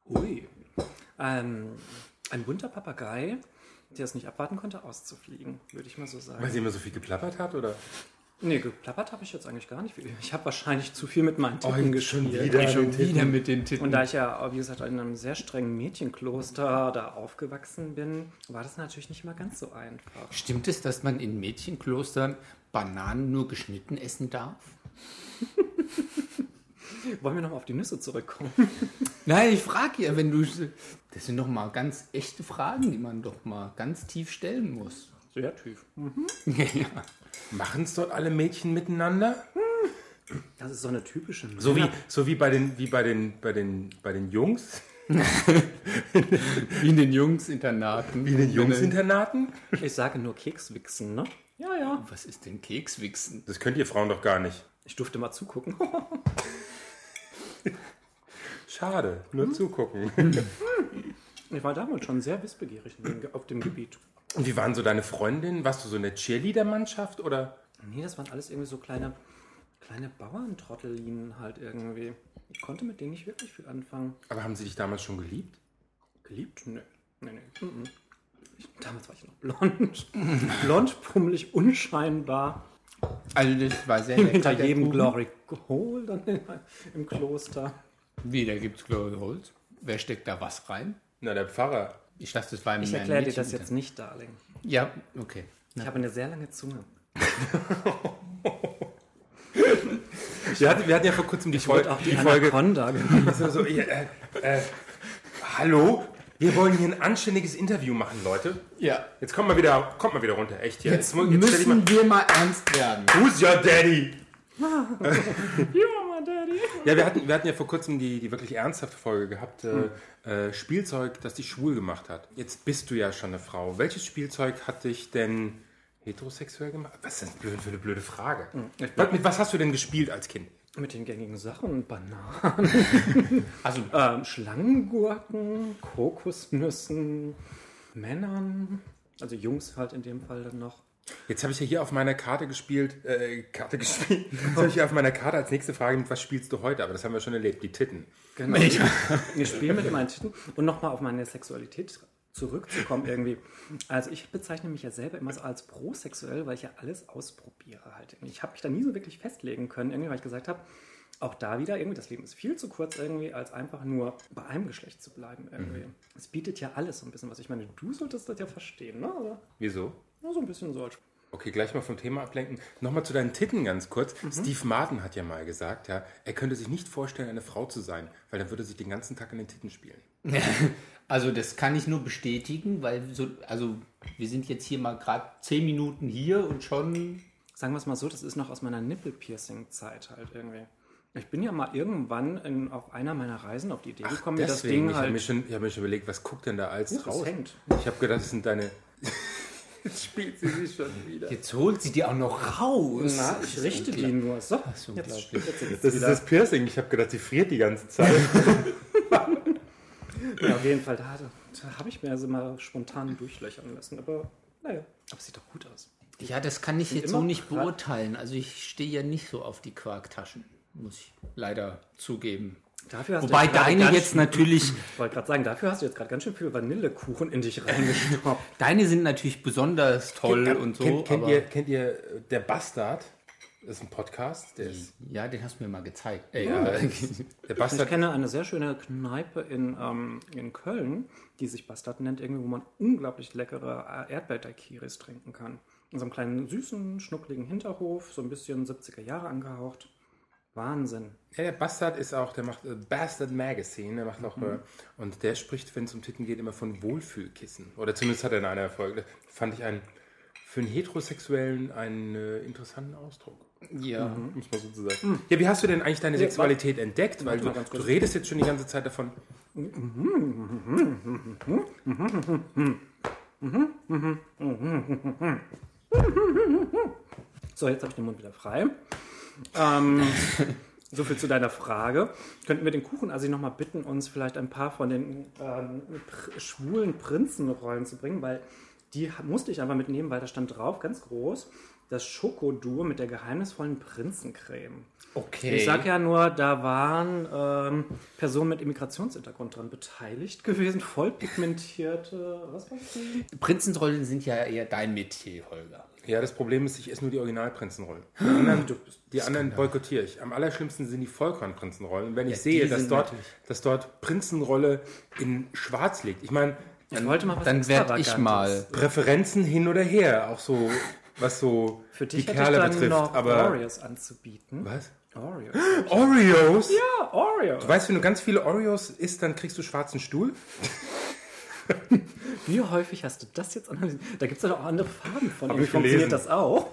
[SPEAKER 4] Ui. Ähm, ein bunter Papagei, der es nicht abwarten konnte, auszufliegen, würde ich mal so sagen.
[SPEAKER 1] Weil sie immer so viel geplappert hat, oder?
[SPEAKER 4] Nee, geplappert habe ich jetzt eigentlich gar nicht viel. Ich habe wahrscheinlich zu viel mit meinen Tippen
[SPEAKER 1] schon
[SPEAKER 4] gespielt.
[SPEAKER 1] wieder. an den Titten.
[SPEAKER 2] mit den Titten.
[SPEAKER 4] Und da ich ja, wie gesagt, in einem sehr strengen Mädchenkloster da aufgewachsen bin, war das natürlich nicht mal ganz so einfach.
[SPEAKER 2] Stimmt es, dass man in Mädchenklostern Bananen nur geschnitten essen darf?
[SPEAKER 4] Wollen wir nochmal auf die Nüsse zurückkommen?
[SPEAKER 2] Nein, ich frage ja, wenn du. Das sind doch mal ganz echte Fragen, die man doch mal ganz tief stellen muss.
[SPEAKER 4] Sehr tief.
[SPEAKER 2] Mhm. ja.
[SPEAKER 1] Machen es dort alle Mädchen miteinander?
[SPEAKER 4] Das ist so eine typische Nüsse.
[SPEAKER 1] So wie, so wie bei den, wie bei den, bei den, bei den Jungs,
[SPEAKER 2] Wie in den Jungsinternten.
[SPEAKER 1] wie in den Jungsinternaten?
[SPEAKER 4] Ich sage nur Kekswichsen, ne? Ja, ja.
[SPEAKER 2] Was ist denn Kekswichsen?
[SPEAKER 1] Das könnt ihr Frauen doch gar nicht.
[SPEAKER 4] Ich durfte mal zugucken.
[SPEAKER 1] Schade, Hm? nur zugucken.
[SPEAKER 4] Ich war damals schon sehr wissbegierig in dem- auf dem Gebiet.
[SPEAKER 1] Und wie waren so deine Freundinnen? Warst du so eine Cheerleader-Mannschaft oder?
[SPEAKER 4] Nee, das waren alles irgendwie so kleine, kleine Bauerntrottelinen halt irgendwie. Ich konnte mit denen nicht wirklich viel anfangen.
[SPEAKER 1] Aber haben sie dich damals schon geliebt?
[SPEAKER 4] Geliebt? Nö. Nee, nee. Mm -mm. Ich, damals war ich noch blond. blond, pummelig, unscheinbar.
[SPEAKER 2] Also, das war sehr
[SPEAKER 4] Hinter
[SPEAKER 2] der
[SPEAKER 4] jedem
[SPEAKER 2] Kuchen.
[SPEAKER 4] Glory Hole dann in- im Kloster.
[SPEAKER 2] Wie, da gibt's Glory Holes. Wer steckt da was rein?
[SPEAKER 1] Na, der Pfarrer.
[SPEAKER 2] Ich dachte, das war im
[SPEAKER 4] Ich erkläre dir das jetzt nicht, Darling.
[SPEAKER 2] Ja, okay.
[SPEAKER 4] Ich habe eine sehr lange Zunge.
[SPEAKER 1] Wir hatten, wir hatten ja vor kurzem die, Folge.
[SPEAKER 4] Auch die,
[SPEAKER 1] die Folge.
[SPEAKER 4] Anaconda.
[SPEAKER 1] So, so, ihr, äh, äh, hallo? Wir wollen hier ein anständiges Interview machen, Leute.
[SPEAKER 2] Ja.
[SPEAKER 1] Jetzt kommt mal wieder, kommt mal wieder runter, echt hier.
[SPEAKER 2] Jetzt,
[SPEAKER 1] mu- stell dich
[SPEAKER 2] müssen
[SPEAKER 1] mal,
[SPEAKER 2] wir mal ernst werden.
[SPEAKER 1] Who's your daddy?
[SPEAKER 4] You are my daddy.
[SPEAKER 1] Ja, wir hatten, wir hatten ja vor kurzem die, die wirklich ernsthafte Folge gehabt. Äh, äh, Spielzeug, das dich schwul gemacht hat. Jetzt bist du ja schon eine Frau. Welches Spielzeug hat dich denn heterosexuell gemacht? Was ist das blöd für eine blöde Frage? Was, mit was hast du denn gespielt als Kind?
[SPEAKER 4] Mit den gängigen Sachen. Bananen,
[SPEAKER 2] Also,
[SPEAKER 4] ähm, Schlangengurken, Kokosnüssen, Männern. Also Jungs halt in dem Fall dann noch.
[SPEAKER 1] Jetzt habe ich ja hier auf meiner Karte gespielt, äh, Karte gespielt. Jetzt habe ich hier auf meiner Karte als nächste Frage, mit was spielst du heute? Aber das haben wir schon erlebt, die Titten.
[SPEAKER 4] Genau. Ich spiele mit meinen Titten. Und nochmal auf meine Sexualität zurückzukommen irgendwie. Also ich bezeichne mich ja selber immer so als prosexuell, weil ich ja alles ausprobiere halt. irgendwie. Ich habe mich da nie so wirklich festlegen können, irgendwie, weil ich gesagt habe, auch da wieder irgendwie, das Leben ist viel zu kurz irgendwie, als einfach nur bei einem Geschlecht zu bleiben irgendwie.
[SPEAKER 1] Mhm.
[SPEAKER 4] Es bietet ja alles so ein bisschen was. Ich meine, du solltest das ja verstehen, ne? Also,
[SPEAKER 1] Wieso?
[SPEAKER 4] nur so ein bisschen so als
[SPEAKER 1] Okay, gleich mal vom Thema ablenken. Nochmal zu deinen Titten ganz kurz. Steve Martin hat ja mal gesagt, ja, er könnte sich nicht vorstellen, eine Frau zu sein, weil dann würde er sich den ganzen Tag an den Titten spielen.
[SPEAKER 2] also das kann ich nur bestätigen, weil so, also wir sind jetzt hier mal gerade zehn Minuten hier und schon.
[SPEAKER 4] sagen wir es mal so, das ist noch aus meiner Nippel-Piercing-Zeit halt irgendwie. Ich bin ja mal irgendwann in, auf einer meiner Reisen auf die Idee gekommen, mir das
[SPEAKER 1] Deswegen,
[SPEAKER 4] Ding
[SPEAKER 1] ich habe mir,
[SPEAKER 4] halt.
[SPEAKER 1] schon- ich hab mir schon überlegt, was guckt denn da als
[SPEAKER 4] Huch, es
[SPEAKER 1] raus?
[SPEAKER 4] hängt.
[SPEAKER 1] Ich habe gedacht, das sind deine... Jetzt spielt sie sich schon wieder.
[SPEAKER 2] Jetzt holt sie die auch noch raus.
[SPEAKER 4] Na, ich richte die nur. So,
[SPEAKER 2] so,
[SPEAKER 4] jetzt,
[SPEAKER 2] glaub
[SPEAKER 4] jetzt sitzt
[SPEAKER 1] Das
[SPEAKER 4] sie
[SPEAKER 1] ist
[SPEAKER 4] da.
[SPEAKER 1] das Piercing. Ich habe gedacht, sie friert die ganze Zeit.
[SPEAKER 4] Ja, auf jeden Fall, da, da habe ich mir also mal spontan durchlöchern lassen. Aber naja, aber sieht doch gut aus.
[SPEAKER 2] Ja, das kann ich jetzt
[SPEAKER 4] immer
[SPEAKER 2] so nicht
[SPEAKER 4] grad-
[SPEAKER 2] beurteilen. Also ich stehe ja nicht so auf die Quarktaschen, muss ich leider zugeben.
[SPEAKER 4] Dafür hast
[SPEAKER 2] Wobei
[SPEAKER 4] du ja gerade
[SPEAKER 2] deine
[SPEAKER 4] ganz
[SPEAKER 2] jetzt
[SPEAKER 4] schön-
[SPEAKER 2] natürlich,
[SPEAKER 4] Ich ne- wollte gerade sagen, dafür hast du jetzt gerade ganz schön viel Vanillekuchen in dich reingestopft.
[SPEAKER 2] deine sind natürlich besonders toll
[SPEAKER 1] Ähm,
[SPEAKER 2] und so.
[SPEAKER 1] Kennt, kennt,
[SPEAKER 2] aber,
[SPEAKER 1] ihr, kennt ihr äh, Der Bastard? Das ist ein Podcast. Der, ist,
[SPEAKER 2] ja, den hast du mir mal gezeigt. Ey,
[SPEAKER 1] der
[SPEAKER 4] Ich
[SPEAKER 1] Bastard
[SPEAKER 4] kenne eine sehr schöne Kneipe in, ähm, in Köln, die sich Bastard nennt, irgendwie, wo man unglaublich leckere Erdbeer-Daiquiris trinken kann. In so einem kleinen, süßen, schnuckligen Hinterhof, so ein bisschen 70er Jahre angehaucht. Wahnsinn.
[SPEAKER 1] Ja, der Bastard ist auch, der macht äh, Bastard Magazine, der macht auch, äh, und der spricht, wenn es um Titten geht, immer von Wohlfühlkissen. Oder zumindest hat er in einer Folge. Fand ich einen, für einen Heterosexuellen einen äh, interessanten Ausdruck.
[SPEAKER 2] ja.
[SPEAKER 1] Muss man sozusagen. Ja, wie hast du denn eigentlich deine Sexualität entdeckt? Weil du,
[SPEAKER 4] mal ganz
[SPEAKER 1] du
[SPEAKER 4] kurz.
[SPEAKER 1] redest jetzt schon die ganze Zeit davon.
[SPEAKER 4] So, jetzt habe ich den Mund wieder frei. Ähm, so viel zu deiner Frage. Könnten wir den Kuchenassi noch mal bitten, uns vielleicht ein paar von den ähm, pr schwulen Prinzenrollen zu bringen, weil die ha- musste ich einfach mitnehmen, weil da stand drauf, ganz groß, das Schokodur mit der geheimnisvollen Prinzencreme.
[SPEAKER 2] Okay.
[SPEAKER 4] Ich sag ja nur, da waren ähm, Personen mit Immigrationshintergrund dran beteiligt gewesen, voll pigmentierte, was war das? denn?
[SPEAKER 2] Prinzenrollen sind ja eher dein Metier, Holger.
[SPEAKER 1] Ja, das Problem ist, ich esse nur die Originalprinzenrollen. Die anderen, die anderen boykottiere ich. Am allerschlimmsten sind die Vollkornprinzenrollen. Und wenn ich
[SPEAKER 2] Ja, die
[SPEAKER 1] sehe, dass
[SPEAKER 2] sind
[SPEAKER 1] dort,
[SPEAKER 2] natürlich-
[SPEAKER 1] dass dort Prinzenrolle in schwarz liegt, ich meine,
[SPEAKER 4] Ich wollte mal was
[SPEAKER 2] Dann werde ich
[SPEAKER 4] Extravagantes.
[SPEAKER 2] mal.
[SPEAKER 1] Präferenzen hin oder her, auch so, was so
[SPEAKER 4] Für dich
[SPEAKER 1] die
[SPEAKER 4] hätte ich
[SPEAKER 1] Kerle
[SPEAKER 4] dann
[SPEAKER 1] betrifft.
[SPEAKER 4] noch
[SPEAKER 1] aber
[SPEAKER 4] Oreos anzubieten.
[SPEAKER 1] was?
[SPEAKER 4] Oreos.
[SPEAKER 1] Oreos?
[SPEAKER 4] Ja, Oreos.
[SPEAKER 1] Du weißt, wenn du ganz viele Oreos isst, dann kriegst du schwarzen Stuhl?
[SPEAKER 4] Wie häufig hast du das jetzt analysiert? Da gibt es doch auch andere Farben von.
[SPEAKER 1] Hab
[SPEAKER 4] Irgendwie
[SPEAKER 1] ich gelesen.
[SPEAKER 4] funktioniert das auch?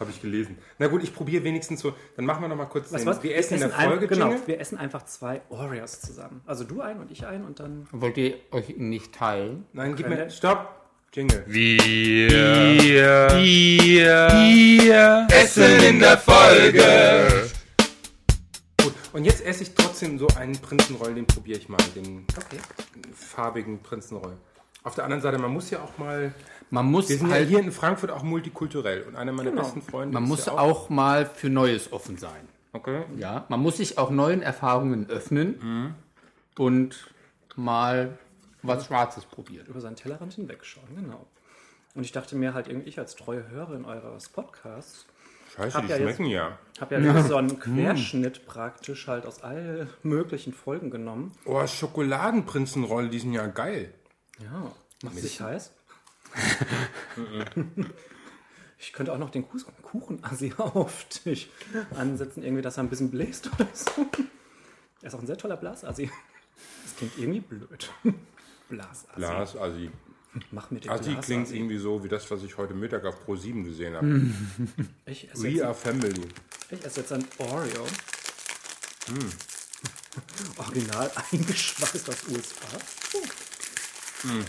[SPEAKER 1] Habe ich gelesen. Na gut, ich probiere wenigstens so. Dann machen wir noch mal kurz
[SPEAKER 4] Was,
[SPEAKER 1] den.
[SPEAKER 4] was?
[SPEAKER 1] Wir essen in der
[SPEAKER 4] ein-
[SPEAKER 1] Folge
[SPEAKER 4] genau,
[SPEAKER 1] Jingle.
[SPEAKER 4] wir essen einfach zwei Oreos zusammen. Also du ein und ich ein und dann
[SPEAKER 2] Wollt ihr euch nicht teilen?
[SPEAKER 1] Nein, gib
[SPEAKER 4] Können-
[SPEAKER 1] mir. Stopp! Jingle. Gut. Und jetzt esse ich trotzdem so einen Prinzenroll, den probiere ich mal, den
[SPEAKER 4] okay.
[SPEAKER 1] farbigen Prinzenroll. Auf der anderen Seite, man muss ja auch mal.
[SPEAKER 2] Man muss
[SPEAKER 1] Wir sind ja
[SPEAKER 2] halt,
[SPEAKER 1] hier in Frankfurt auch multikulturell und einer meiner besten Freunde.
[SPEAKER 2] man
[SPEAKER 1] ist
[SPEAKER 2] muss
[SPEAKER 1] ja
[SPEAKER 2] auch mal für Neues offen sein.
[SPEAKER 1] Okay.
[SPEAKER 2] Ja, man muss sich auch neuen Erfahrungen öffnen
[SPEAKER 1] Mhm.
[SPEAKER 2] und mal was Schwarzes probieren.
[SPEAKER 4] über seinen Tellerrand hinwegschauen, genau. Und ich dachte mir halt irgendwie, ich als treue Hörerin eures Podcasts
[SPEAKER 1] Scheiße,
[SPEAKER 4] Hab
[SPEAKER 1] die
[SPEAKER 4] ja jetzt-
[SPEAKER 1] schmecken ja. Hm.
[SPEAKER 4] habe ja wirklich so einen Querschnitt praktisch halt aus all möglichen Folgen genommen.
[SPEAKER 1] Oh, Schokoladenprinzenroll, die sind ja geil.
[SPEAKER 4] Ja, macht sich heiß. ich könnte auch noch den Kus- Kuchen-Assi auf dich ansetzen, irgendwie, dass er ein bisschen bläst oder so. Er ist auch ein sehr toller Blasassi. Das klingt irgendwie blöd. Blasassi.
[SPEAKER 1] Glas, Assi.
[SPEAKER 4] Mach mir den
[SPEAKER 1] Assi
[SPEAKER 4] Blasassi.
[SPEAKER 1] klingt irgendwie so wie das, was ich heute Mittag auf Pro 7 gesehen habe.
[SPEAKER 2] Hm.
[SPEAKER 4] Ich esse
[SPEAKER 1] We
[SPEAKER 4] jetzt
[SPEAKER 1] are family.
[SPEAKER 4] Ich esse jetzt ein Oreo.
[SPEAKER 1] Hm.
[SPEAKER 4] Original eingeschweißt aus USA.
[SPEAKER 1] Hm.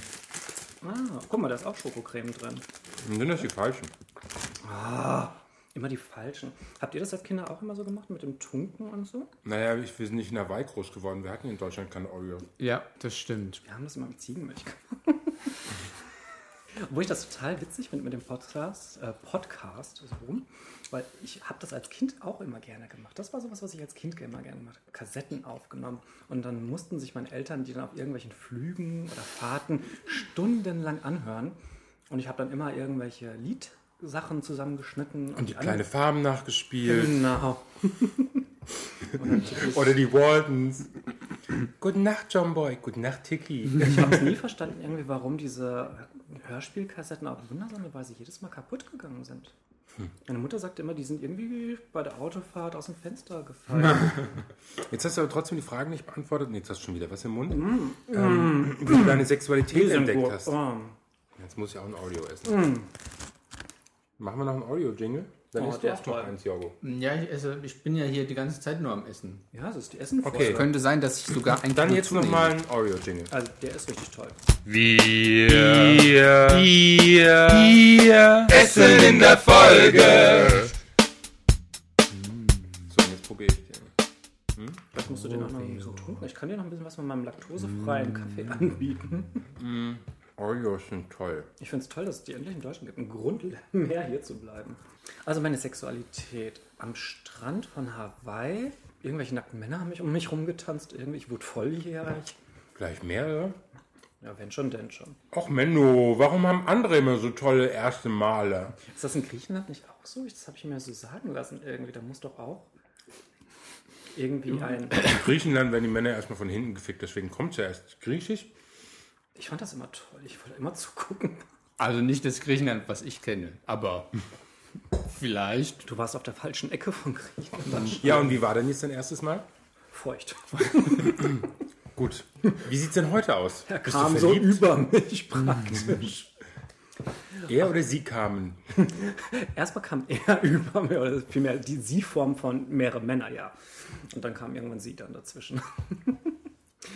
[SPEAKER 4] Ah, guck mal, da ist auch Schokocreme drin.
[SPEAKER 1] Sind das die falschen?
[SPEAKER 4] Immer die falschen. Habt ihr das als Kinder auch immer so gemacht mit dem Tunken und so?
[SPEAKER 1] Naja, ich, wir sind nicht in Hawaii groß geworden. Wir hatten in Deutschland keine Oreo.
[SPEAKER 2] Ja, das stimmt.
[SPEAKER 4] Wir haben das immer mit Ziegenmilch gemacht. Obwohl ich das total witzig finde mit dem Podcast, äh, Podcast, so rum, weil ich habe das als Kind auch immer gerne gemacht. Das war sowas, was ich als Kind immer gerne gemacht habe. Kassetten aufgenommen und dann mussten sich meine Eltern die dann auf irgendwelchen Flügen oder Fahrten stundenlang anhören und ich habe dann immer irgendwelche Liedsachen zusammengeschnitten
[SPEAKER 1] Und die
[SPEAKER 4] an-
[SPEAKER 1] kleine Farben nachgespielt.
[SPEAKER 4] Genau.
[SPEAKER 2] Hm.
[SPEAKER 1] Oder die Waltons. Gute Nacht, John Boy. Gute Nacht, Tiki.
[SPEAKER 4] Ich habe es nie verstanden, irgendwie, warum diese Hörspielkassetten auf wundersame Weise jedes Mal kaputt gegangen sind.
[SPEAKER 1] Hm.
[SPEAKER 4] Meine Mutter sagte immer, die sind irgendwie bei der Autofahrt aus dem Fenster gefallen.
[SPEAKER 1] Jetzt hast du aber trotzdem die Fragen nicht beantwortet. Nee, jetzt hast du schon wieder was im Mund. Ähm, wie du deine Sexualität entdeckt hast.
[SPEAKER 4] Oh,
[SPEAKER 1] Jetzt muss ich auch ein Oreo essen. Machen wir noch einen Oreo-Jingle? Dann
[SPEAKER 4] Oh,
[SPEAKER 1] isst du
[SPEAKER 4] der
[SPEAKER 1] auch
[SPEAKER 4] ist
[SPEAKER 1] noch
[SPEAKER 4] toll.
[SPEAKER 1] eins, Jorgo.
[SPEAKER 2] Ja, ich, esse, ich bin ja hier die ganze Zeit nur am Essen.
[SPEAKER 4] ja, das ist die Essen
[SPEAKER 1] Okay.
[SPEAKER 2] Könnte sein, dass ich sogar ein
[SPEAKER 1] Dann
[SPEAKER 2] Kilo
[SPEAKER 1] jetzt
[SPEAKER 2] zunehme.
[SPEAKER 1] nochmal ein Oreo-Jingle.
[SPEAKER 4] Also der ist richtig toll.
[SPEAKER 1] Mm. So, und jetzt probiere ich den.
[SPEAKER 4] Vielleicht musst du
[SPEAKER 1] Oh,
[SPEAKER 4] den auch noch ein bisschen trinken. Ich kann dir noch ein bisschen was von meinem
[SPEAKER 1] Mm.
[SPEAKER 4] laktosefreien Kaffee anbieten.
[SPEAKER 1] Oreos sind toll.
[SPEAKER 4] Ich finde es toll, dass es die endlich in Deutschland gibt. Ein Grund mehr hier zu bleiben. Also meine Sexualität am Strand von Hawaii. Irgendwelche nackten Männer haben mich um mich rumgetanzt. Irgendwie, ich wurde volljährig.
[SPEAKER 1] Gleich mehrere?
[SPEAKER 4] Ja, wenn schon, denn schon.
[SPEAKER 1] Ach Menno, warum haben andere immer so tolle erste Male?
[SPEAKER 4] Ist das in Griechenland nicht auch so? Ich- Das habe ich mir so sagen lassen irgendwie. Da muss doch auch irgendwie ein.
[SPEAKER 1] In Griechenland werden die Männer erstmal von hinten gefickt, deswegen kommt ja erst griechisch.
[SPEAKER 4] Ich fand das immer toll. Ich wollte immer zugucken.
[SPEAKER 2] Also nicht das Griechenland, was ich kenne, aber vielleicht.
[SPEAKER 4] Du warst auf der falschen Ecke von Griechenland.
[SPEAKER 1] Ja, und wie war denn jetzt dein erstes Mal?
[SPEAKER 4] Feucht.
[SPEAKER 1] Gut. Wie sieht's denn heute aus?
[SPEAKER 4] Er kam so über mich praktisch.
[SPEAKER 1] Er oder sie kamen?
[SPEAKER 4] Erstmal kam er über mir, oder vielmehr die Sie-Form von mehrere Männer, ja. Und dann kam irgendwann sie dann dazwischen.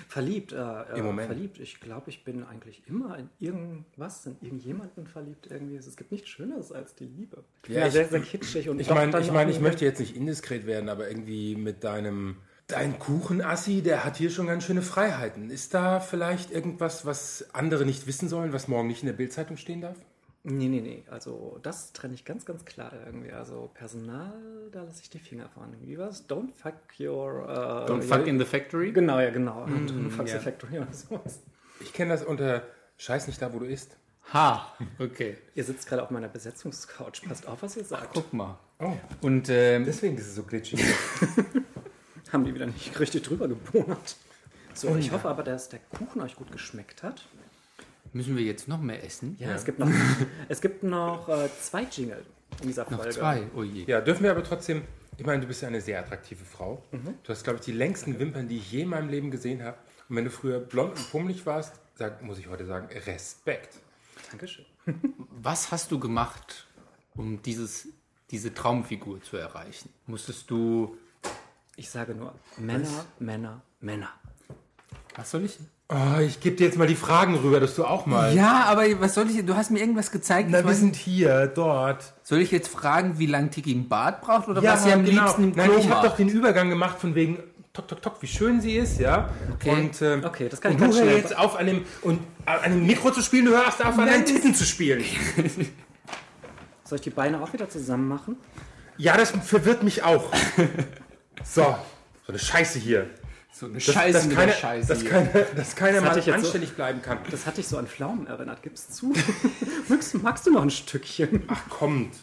[SPEAKER 4] verliebt, äh, äh,
[SPEAKER 1] Im Moment.
[SPEAKER 4] verliebt. Ich glaube, ich bin eigentlich immer in irgendwas, in irgendjemanden verliebt irgendwie. Es gibt nichts Schöneres als die Liebe. Ich bin
[SPEAKER 1] Ja,
[SPEAKER 4] ja,
[SPEAKER 1] ich-
[SPEAKER 4] sehr, sehr kitschig und
[SPEAKER 1] Ich
[SPEAKER 4] doch
[SPEAKER 1] meine,
[SPEAKER 4] dann
[SPEAKER 1] ich,
[SPEAKER 4] auch
[SPEAKER 1] mein, ich
[SPEAKER 4] irgendwie-
[SPEAKER 1] möchte jetzt nicht indiskret werden, aber irgendwie mit deinem... Dein Kuchenassi, der hat hier schon ganz schöne Freiheiten. Ist da vielleicht irgendwas, was andere nicht wissen sollen, was morgen nicht in der Bildzeitung stehen darf?
[SPEAKER 4] Nee, nee, nee. Also das trenne ich ganz, ganz klar irgendwie. Also Personal, da lasse ich die Finger von. Wie war's? Don't fuck your... Äh,
[SPEAKER 2] Don't fuck in the factory.
[SPEAKER 4] Genau, ja, genau.
[SPEAKER 1] Mm,
[SPEAKER 4] Don't fuck
[SPEAKER 2] ja.
[SPEAKER 4] the factory oder sowas.
[SPEAKER 1] Ich kenne das unter Scheiß nicht da, wo du isst.
[SPEAKER 2] Ha, okay.
[SPEAKER 4] Ihr sitzt gerade auf meiner Besetzungscouch. Passt auf, was ihr sagt.
[SPEAKER 2] Guck mal.
[SPEAKER 1] Oh,
[SPEAKER 2] Und ähm,
[SPEAKER 1] deswegen ist es so glitschig.
[SPEAKER 4] Haben die wieder nicht richtig drüber Oh gebonert. So, ich hoffe aber, dass der Kuchen euch gut geschmeckt hat.
[SPEAKER 2] müssen wir jetzt noch mehr essen?
[SPEAKER 4] Ja, es gibt noch, es gibt noch äh, zwei Jingle in dieser
[SPEAKER 2] Noch
[SPEAKER 4] Folge.
[SPEAKER 2] zwei. Oh je.
[SPEAKER 1] ja, dürfen wir aber trotzdem. Ich meine, du bist ja eine sehr attraktive Frau. Du hast, glaube ich, die längsten Wimpern, die ich je in meinem Leben gesehen habe. Und wenn du früher blond und pummelig warst, sag, muss ich heute sagen, Respekt.
[SPEAKER 4] Dankeschön.
[SPEAKER 2] Was hast du gemacht, um dieses, diese Traumfigur zu erreichen? Musstest du.
[SPEAKER 4] Ich sage nur Männer, Männer, Männer.
[SPEAKER 2] Was soll ich?
[SPEAKER 1] Oh, ich gebe dir jetzt mal die Fragen rüber, dass du auch mal.
[SPEAKER 2] Ja, aber was soll ich? Du hast mir irgendwas gezeigt.
[SPEAKER 1] Na,
[SPEAKER 2] ich
[SPEAKER 1] wir
[SPEAKER 2] weiß-
[SPEAKER 1] sind hier, dort.
[SPEAKER 2] soll ich jetzt fragen, wie lange Tiki im Bad braucht oder was sie am
[SPEAKER 1] genau.
[SPEAKER 2] liebsten im
[SPEAKER 1] Nein,
[SPEAKER 2] Klo
[SPEAKER 1] ich habe doch
[SPEAKER 2] macht?
[SPEAKER 1] den Übergang gemacht von wegen tok tok tok, wie schön sie ist, ja.
[SPEAKER 2] Okay.
[SPEAKER 1] Und, ähm,
[SPEAKER 4] Okay, das kann
[SPEAKER 1] und
[SPEAKER 4] ich
[SPEAKER 1] du
[SPEAKER 4] ganz
[SPEAKER 1] hör
[SPEAKER 4] schnell-
[SPEAKER 1] jetzt auf an dem und an dem Mikro zu spielen, du hörst auf an deinen Titten zu spielen.
[SPEAKER 4] Soll ich die Beine auch wieder zusammen machen?
[SPEAKER 1] Ja, das verwirrt mich auch. so, so eine Scheiße hier.
[SPEAKER 2] So eine
[SPEAKER 1] Dass-
[SPEAKER 2] Scheiße,
[SPEAKER 1] dass
[SPEAKER 2] mit
[SPEAKER 1] keiner,
[SPEAKER 2] der Scheiße.
[SPEAKER 1] Dass
[SPEAKER 2] hier.
[SPEAKER 1] keiner, dass keiner
[SPEAKER 4] hatte
[SPEAKER 1] mal
[SPEAKER 4] ich jetzt so-
[SPEAKER 1] anständig bleiben kann. Das
[SPEAKER 4] Das hat dich so an Pflaumen erinnert, gib's zu. magst, magst du noch ein Stückchen?
[SPEAKER 1] kommt.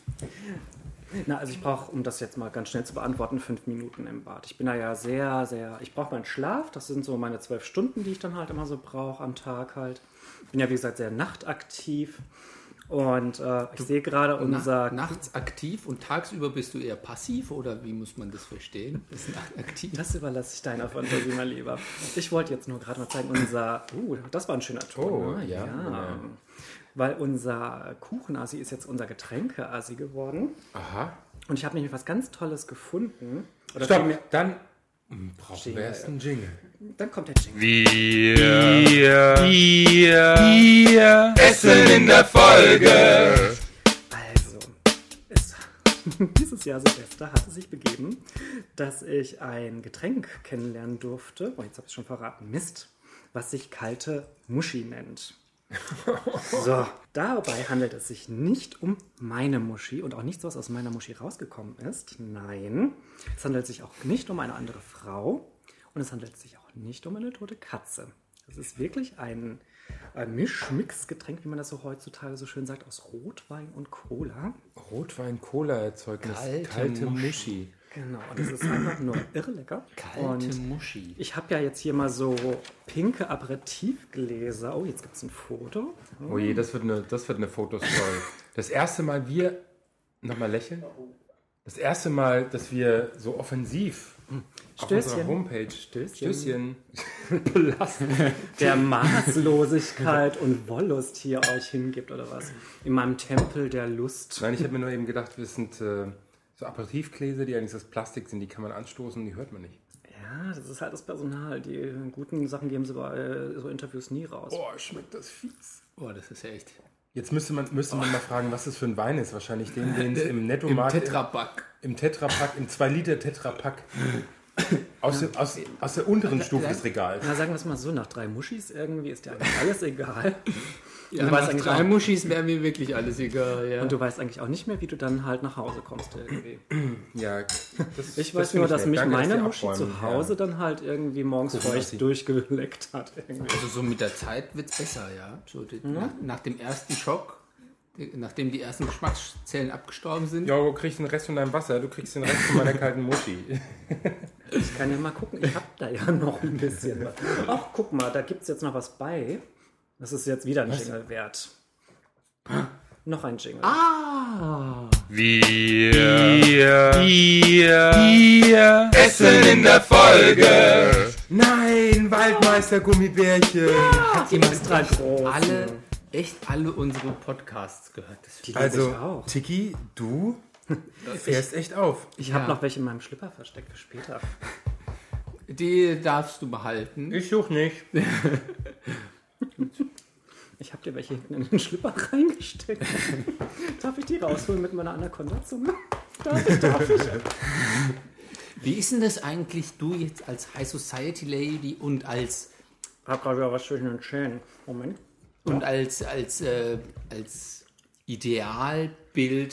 [SPEAKER 4] Na, also ich brauche, um das jetzt mal ganz schnell zu beantworten, fünf Minuten im Bad. Ich bin da ja sehr, sehr, ich brauche meinen Schlaf. Das sind so meine zwölf Stunden, die ich dann halt immer so brauche am Tag halt. Bin ja, wie gesagt, sehr nachtaktiv. Und äh, ich sehe gerade unser...
[SPEAKER 2] Na, nachts aktiv und tagsüber bist du eher passiv oder wie muss man das verstehen? Ist nachts aktiv?
[SPEAKER 4] Das überlasse ich deiner Fantasie, mein Lieber. Ich wollte jetzt nur gerade mal zeigen, unser... Uh, das war ein schöner Ton.
[SPEAKER 1] Oh, ja.
[SPEAKER 4] Ja, weil unser Kuchenasi ist jetzt unser Getränkeasi geworden.
[SPEAKER 1] Aha.
[SPEAKER 4] Und ich habe nämlich was ganz Tolles gefunden. Oder vielmehr-
[SPEAKER 1] Stopp, dann hm, brauchen wir erst einen Jingle.
[SPEAKER 4] Dann kommt der Jingle.
[SPEAKER 1] Essen in der Folge.
[SPEAKER 4] Also, es, dieses Jahr Silvester hat es sich begeben, dass ich ein Getränk kennenlernen durfte. Oh, jetzt habe ich schon verraten. Mist. Was sich kalte Muschi nennt. So, dabei handelt es sich nicht um meine Muschi und auch nichts, was aus meiner Muschi rausgekommen ist. Nein, es handelt sich auch nicht um eine andere Frau und es handelt sich auch nicht um eine tote Katze. Es ist wirklich ein, ein Mischmix-Getränk, wie man das so heutzutage so schön sagt, aus Rotwein und Cola.
[SPEAKER 1] Rotwein-Cola-Erzeugnis.
[SPEAKER 2] Kalte Muschi.
[SPEAKER 4] Genau, und das ist einfach nur irre lecker.
[SPEAKER 2] Kalte
[SPEAKER 4] und
[SPEAKER 2] Muschi.
[SPEAKER 4] ich habe ja jetzt hier mal so pinke Aperitivgläser. Oh, jetzt gibt es ein Foto.
[SPEAKER 1] Oh je, das wird eine, das wird eine Fotostory. Das erste Mal wir nochmal lächeln. Das erste Mal, dass wir so offensiv auf unserer
[SPEAKER 4] Stößchen.
[SPEAKER 1] Homepage Stößchen.
[SPEAKER 4] der Maßlosigkeit und Wollust hier euch hingibt oder was? In meinem Tempel der Lust.
[SPEAKER 1] Nein, ich habe mir nur eben gedacht, wir sind äh, so Aperitivgläser, die eigentlich aus Plastik sind, die kann man anstoßen, die hört man nicht.
[SPEAKER 4] Ja, das ist halt das Personal. Die guten Sachen geben sie bei äh, so Interviews nie raus.
[SPEAKER 1] Boah, schmeckt das fies.
[SPEAKER 2] Boah, das ist ja echt.
[SPEAKER 1] Jetzt müsste man, müsste man mal fragen, was das für ein Wein ist. Wahrscheinlich den, den es im
[SPEAKER 2] Im
[SPEAKER 1] Nettomarkt
[SPEAKER 2] Tetrapack.
[SPEAKER 1] im Tetrapack, im 2 Liter Tetrapack aus, dem- aus, aus der unteren Stufe des Regals.
[SPEAKER 4] Na, sagen wir es mal so, nach drei Muschis irgendwie ist dir eigentlich alles egal.
[SPEAKER 2] Ja,
[SPEAKER 4] weißt
[SPEAKER 2] nach
[SPEAKER 4] eigentlich
[SPEAKER 2] drei
[SPEAKER 4] auch-
[SPEAKER 2] Muschis wäre mir wirklich alles egal. Ja.
[SPEAKER 4] Und du weißt eigentlich auch nicht mehr, wie du dann halt nach Hause kommst irgendwie.
[SPEAKER 1] Ja,
[SPEAKER 4] Ich weiß nur, dass mich meine Muschi zu Hause
[SPEAKER 1] Ja.
[SPEAKER 4] dann halt irgendwie morgens feucht durchgeleckt hat. Irgendwie.
[SPEAKER 2] Also so mit der Zeit wird es besser, ja. So, die, nach, nach dem ersten Schock, die, nachdem die ersten Geschmackszellen abgestorben sind.
[SPEAKER 1] Jo, du kriegst den Rest von deinem Wasser, du kriegst den Rest von meiner kalten Muschi.
[SPEAKER 4] Ich kann ja mal gucken, ich hab da ja noch ein bisschen was. Ach, guck mal, da gibt's jetzt noch was bei. Das ist jetzt wieder ein Jingle wert. Noch ein Jingle.
[SPEAKER 2] Ah!
[SPEAKER 1] Nein, Waldmeister Gummibärchen.
[SPEAKER 4] die ist drei groß.
[SPEAKER 2] Alle, echt alle unsere Podcasts gehört. Das
[SPEAKER 4] Die also, ich
[SPEAKER 1] Also,
[SPEAKER 4] auch.
[SPEAKER 1] Tiki, du fährst echt auf.
[SPEAKER 4] Ich hab
[SPEAKER 2] Ja.
[SPEAKER 4] noch welche in meinem Schlipper versteckt für später.
[SPEAKER 2] die darfst du behalten.
[SPEAKER 1] Ich such nicht.
[SPEAKER 4] Ich hab dir welche hinten in den Schlipper reingesteckt. Darf ich die rausholen mit meiner Anaconda-Zunge? Darf ich, darf ich.
[SPEAKER 2] Wie ist denn das eigentlich, du jetzt als High Society Lady und als
[SPEAKER 4] Hab gerade wieder was zwischen den Zähnen. Moment.
[SPEAKER 2] und als als äh, als Idealbild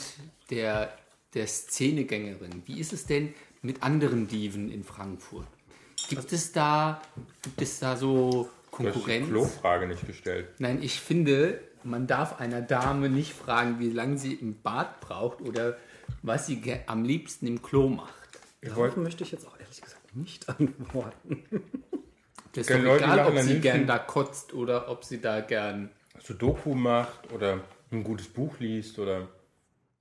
[SPEAKER 2] der, der Szenegängerin. Wie ist es denn mit anderen Diven in Frankfurt? Gibt es da, gibt es da so
[SPEAKER 1] Du hast die
[SPEAKER 2] Konkurrenz?
[SPEAKER 1] Klo-Frage nicht gestellt.
[SPEAKER 2] Nein, ich finde, man darf einer Dame nicht fragen, wie lange sie im Bad braucht oder was sie ge- am liebsten im Klo macht.
[SPEAKER 1] Ihr
[SPEAKER 4] Darauf
[SPEAKER 1] wollt,
[SPEAKER 4] möchte ich jetzt auch ehrlich gesagt nicht antworten.
[SPEAKER 2] Das ist
[SPEAKER 1] Können
[SPEAKER 2] doch
[SPEAKER 1] Leute
[SPEAKER 2] egal,
[SPEAKER 1] lachen,
[SPEAKER 2] ob
[SPEAKER 1] dann
[SPEAKER 2] sie
[SPEAKER 1] nimmst
[SPEAKER 2] gern
[SPEAKER 1] du-
[SPEAKER 2] da kotzt oder ob sie da gern.
[SPEAKER 1] zu Doku macht oder ein gutes Buch liest oder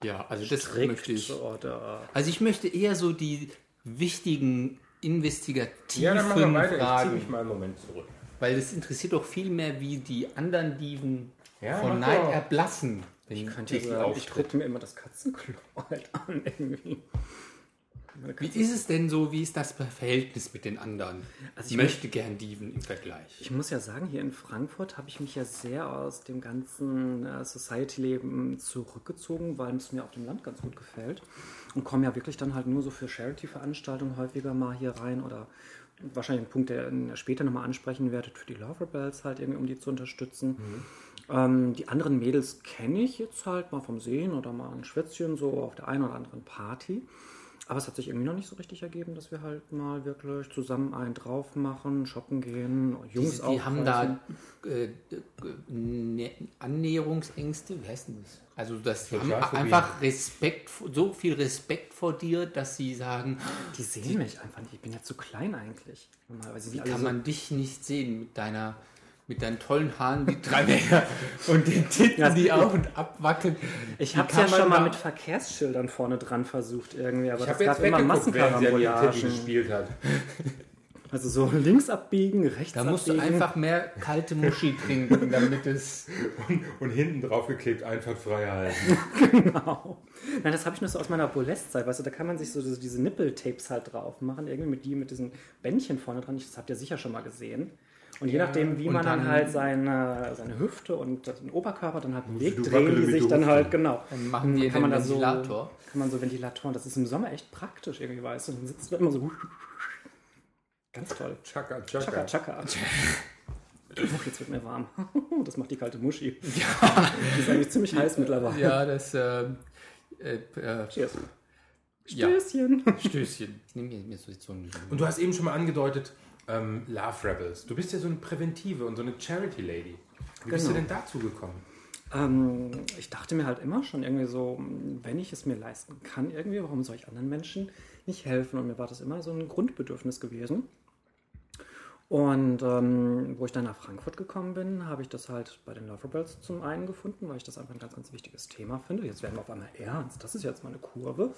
[SPEAKER 2] Ja, also das möchte ich.
[SPEAKER 4] Oder
[SPEAKER 2] Also ich möchte eher so die wichtigen investigativen
[SPEAKER 1] Ja, dann machen wir weiter. Ich zieh
[SPEAKER 2] Fragen,
[SPEAKER 1] mich mal einen Moment zurück.
[SPEAKER 2] weil das interessiert doch viel mehr, wie die anderen Diven
[SPEAKER 1] Ja,
[SPEAKER 2] von
[SPEAKER 1] mach
[SPEAKER 2] Neid
[SPEAKER 1] doch.
[SPEAKER 2] erblassen.
[SPEAKER 4] ich
[SPEAKER 2] Wenn-
[SPEAKER 4] könnte ja
[SPEAKER 1] diesen
[SPEAKER 4] sagen, ich
[SPEAKER 1] Auftritt.
[SPEAKER 4] tritt mir immer das Katzenklo halt an irgendwie. Meine
[SPEAKER 2] Wie
[SPEAKER 4] Katze-
[SPEAKER 2] ist es denn so? Wie ist das Verhältnis mit den anderen?
[SPEAKER 4] Also
[SPEAKER 2] Also
[SPEAKER 4] ich
[SPEAKER 2] ich möchte gern Diven im Vergleich.
[SPEAKER 4] Ich muss ja sagen, hier in Frankfurt habe ich mich ja sehr aus dem ganzen äh, Society-Leben zurückgezogen, weil es mir auf dem Land ganz gut gefällt. Und komme ja wirklich dann halt nur so für Charity-Veranstaltungen häufiger mal hier rein oder wahrscheinlich ein Punkt, der den ihr später nochmal ansprechen werdet, für die Love Rebels halt irgendwie, um die zu unterstützen. Ähm, die anderen Mädels kenne ich jetzt halt mal vom Sehen oder mal ein Schwätzchen so auf der einen oder anderen Party. Aber es hat sich irgendwie noch nicht so richtig ergeben, dass wir halt mal wirklich zusammen einen drauf machen, shoppen gehen, Jungs
[SPEAKER 2] Die, die haben
[SPEAKER 4] aufreißen.
[SPEAKER 2] da äh, äh, Nä- Annäherungsängste, wie heißt denn das? Also das die haben
[SPEAKER 1] Sozialphobie.
[SPEAKER 2] einfach Respekt, vor- so viel Respekt vor dir, dass sie sagen,
[SPEAKER 4] Die sehen mich einfach nicht. Ich bin ja zu klein eigentlich. Normalerweise sind alle
[SPEAKER 2] kann
[SPEAKER 4] Also so,
[SPEAKER 2] man dich nicht sehen mit deiner mit deinen tollen Haaren, die drei Meter und den Titten, die auf und abwackeln.
[SPEAKER 4] ich
[SPEAKER 2] Die
[SPEAKER 4] habe
[SPEAKER 2] kann
[SPEAKER 4] ja
[SPEAKER 2] man
[SPEAKER 4] schon mal
[SPEAKER 2] da-
[SPEAKER 4] mit Verkehrsschildern vorne dran versucht irgendwie, aber
[SPEAKER 1] Ich
[SPEAKER 4] das
[SPEAKER 1] habe jetzt
[SPEAKER 4] gab immer
[SPEAKER 1] weggeguckt, während sie an ihren Titten
[SPEAKER 4] Massenkarambolagen.
[SPEAKER 1] gespielt hat.
[SPEAKER 4] Also so links abbiegen, rechts
[SPEAKER 2] Da
[SPEAKER 4] abbiegen.
[SPEAKER 2] musst du einfach mehr kalte Muschi trinken, damit es.
[SPEAKER 1] Und hinten draufgeklebt, einfach frei halten.
[SPEAKER 4] Genau. Nein, das habe ich nur so aus meiner Burlesque-Zeit. Weißt du, da kann man sich so diese- diese Nipple-Tapes halt drauf machen. Irgendwie mit die mit diesen Bändchen vorne dran. Ich- Das habt ihr sicher schon mal gesehen. Und je nachdem, wie
[SPEAKER 2] und
[SPEAKER 4] man dann,
[SPEAKER 2] dann-
[SPEAKER 4] halt seine, seine Hüfte und den Oberkörper dann halt bewegt,
[SPEAKER 1] du
[SPEAKER 4] drehen
[SPEAKER 1] wackeln
[SPEAKER 4] die
[SPEAKER 1] mit
[SPEAKER 4] sich
[SPEAKER 1] der
[SPEAKER 4] dann
[SPEAKER 1] Hüfte.
[SPEAKER 4] halt, genau.
[SPEAKER 2] Dann machen die
[SPEAKER 4] kann man
[SPEAKER 2] den
[SPEAKER 4] da so,
[SPEAKER 2] Ventilator.
[SPEAKER 4] Kann man so Ventilatoren. Das ist im Sommer echt praktisch irgendwie, weißt du. Dann sitzt du immer so. Ganz toll.
[SPEAKER 1] Chaka, chaka.
[SPEAKER 4] Chaka, chaka. Huch, jetzt wird mir warm. Das macht die kalte Muschi. Die ist eigentlich ziemlich heiß mittlerweile.
[SPEAKER 2] Ja, das. ähm, äh, äh,
[SPEAKER 4] Cheers.
[SPEAKER 2] ja,
[SPEAKER 4] Stößchen.
[SPEAKER 2] Stößchen. Ich nehme mir so jetzt so ein.
[SPEAKER 1] Und du hast eben schon mal angedeutet, ähm, Love Rebels. Du bist ja so eine Präventive und so eine Charity-Lady. Wie bist du
[SPEAKER 4] Genau.
[SPEAKER 1] denn dazu gekommen?
[SPEAKER 4] Ähm, ich dachte mir halt immer schon irgendwie so, wenn ich es mir leisten kann, irgendwie, warum soll ich anderen Menschen nicht helfen? Und mir war das immer so ein Grundbedürfnis gewesen. Und ähm, wo ich dann nach Frankfurt gekommen bin, habe ich das halt bei den Lovables zum einen gefunden, weil ich das einfach ein ganz, ganz wichtiges Thema finde. Jetzt werden wir auf einmal ernst. Das ist jetzt mal eine Kurve.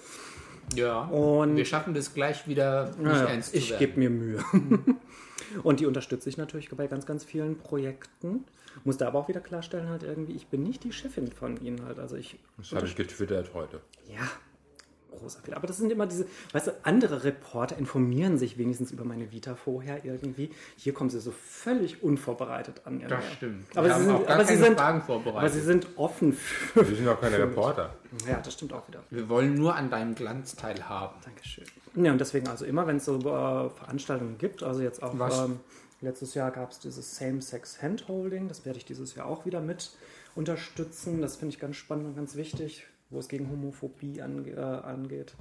[SPEAKER 2] Ja.
[SPEAKER 4] Und-
[SPEAKER 2] wir schaffen das gleich wieder nicht
[SPEAKER 4] Naja,
[SPEAKER 2] ernst zu
[SPEAKER 4] ich
[SPEAKER 2] werden.
[SPEAKER 4] gebe mir Mühe. Und die unterstütze ich natürlich bei ganz, ganz vielen Projekten. Muss da aber auch wieder klarstellen, halt irgendwie, ich bin nicht die Chefin von ihnen halt. Also ich
[SPEAKER 1] Das habe ich getwittert heute.
[SPEAKER 4] Ja, großer Fehler. Aber das sind immer diese, weißt du, andere Reporter informieren sich wenigstens über meine Vita vorher irgendwie. Hier kommen sie so völlig unvorbereitet an.
[SPEAKER 2] Das stimmt.
[SPEAKER 4] Aber
[SPEAKER 2] Wir
[SPEAKER 4] sie
[SPEAKER 2] haben
[SPEAKER 4] sind,
[SPEAKER 2] auch gar
[SPEAKER 4] aber sie
[SPEAKER 2] keine
[SPEAKER 4] sind,
[SPEAKER 2] Fragen vorbereitet.
[SPEAKER 4] Aber sie sind offen für.
[SPEAKER 1] Wir sind auch keine Reporter.
[SPEAKER 4] Ja, das stimmt auch wieder.
[SPEAKER 2] Wir wollen nur an deinem Glanz teilhaben.
[SPEAKER 4] Dankeschön. Ja, und deswegen also immer, wenn es so äh, Veranstaltungen gibt, also jetzt auch
[SPEAKER 2] Was?
[SPEAKER 4] ähm, letztes Jahr gab es dieses Same-Sex-Handholding, das werde ich dieses Jahr auch wieder mit unterstützen. Das finde ich ganz spannend und ganz wichtig, wo es gegen Homophobie ange äh, angeht.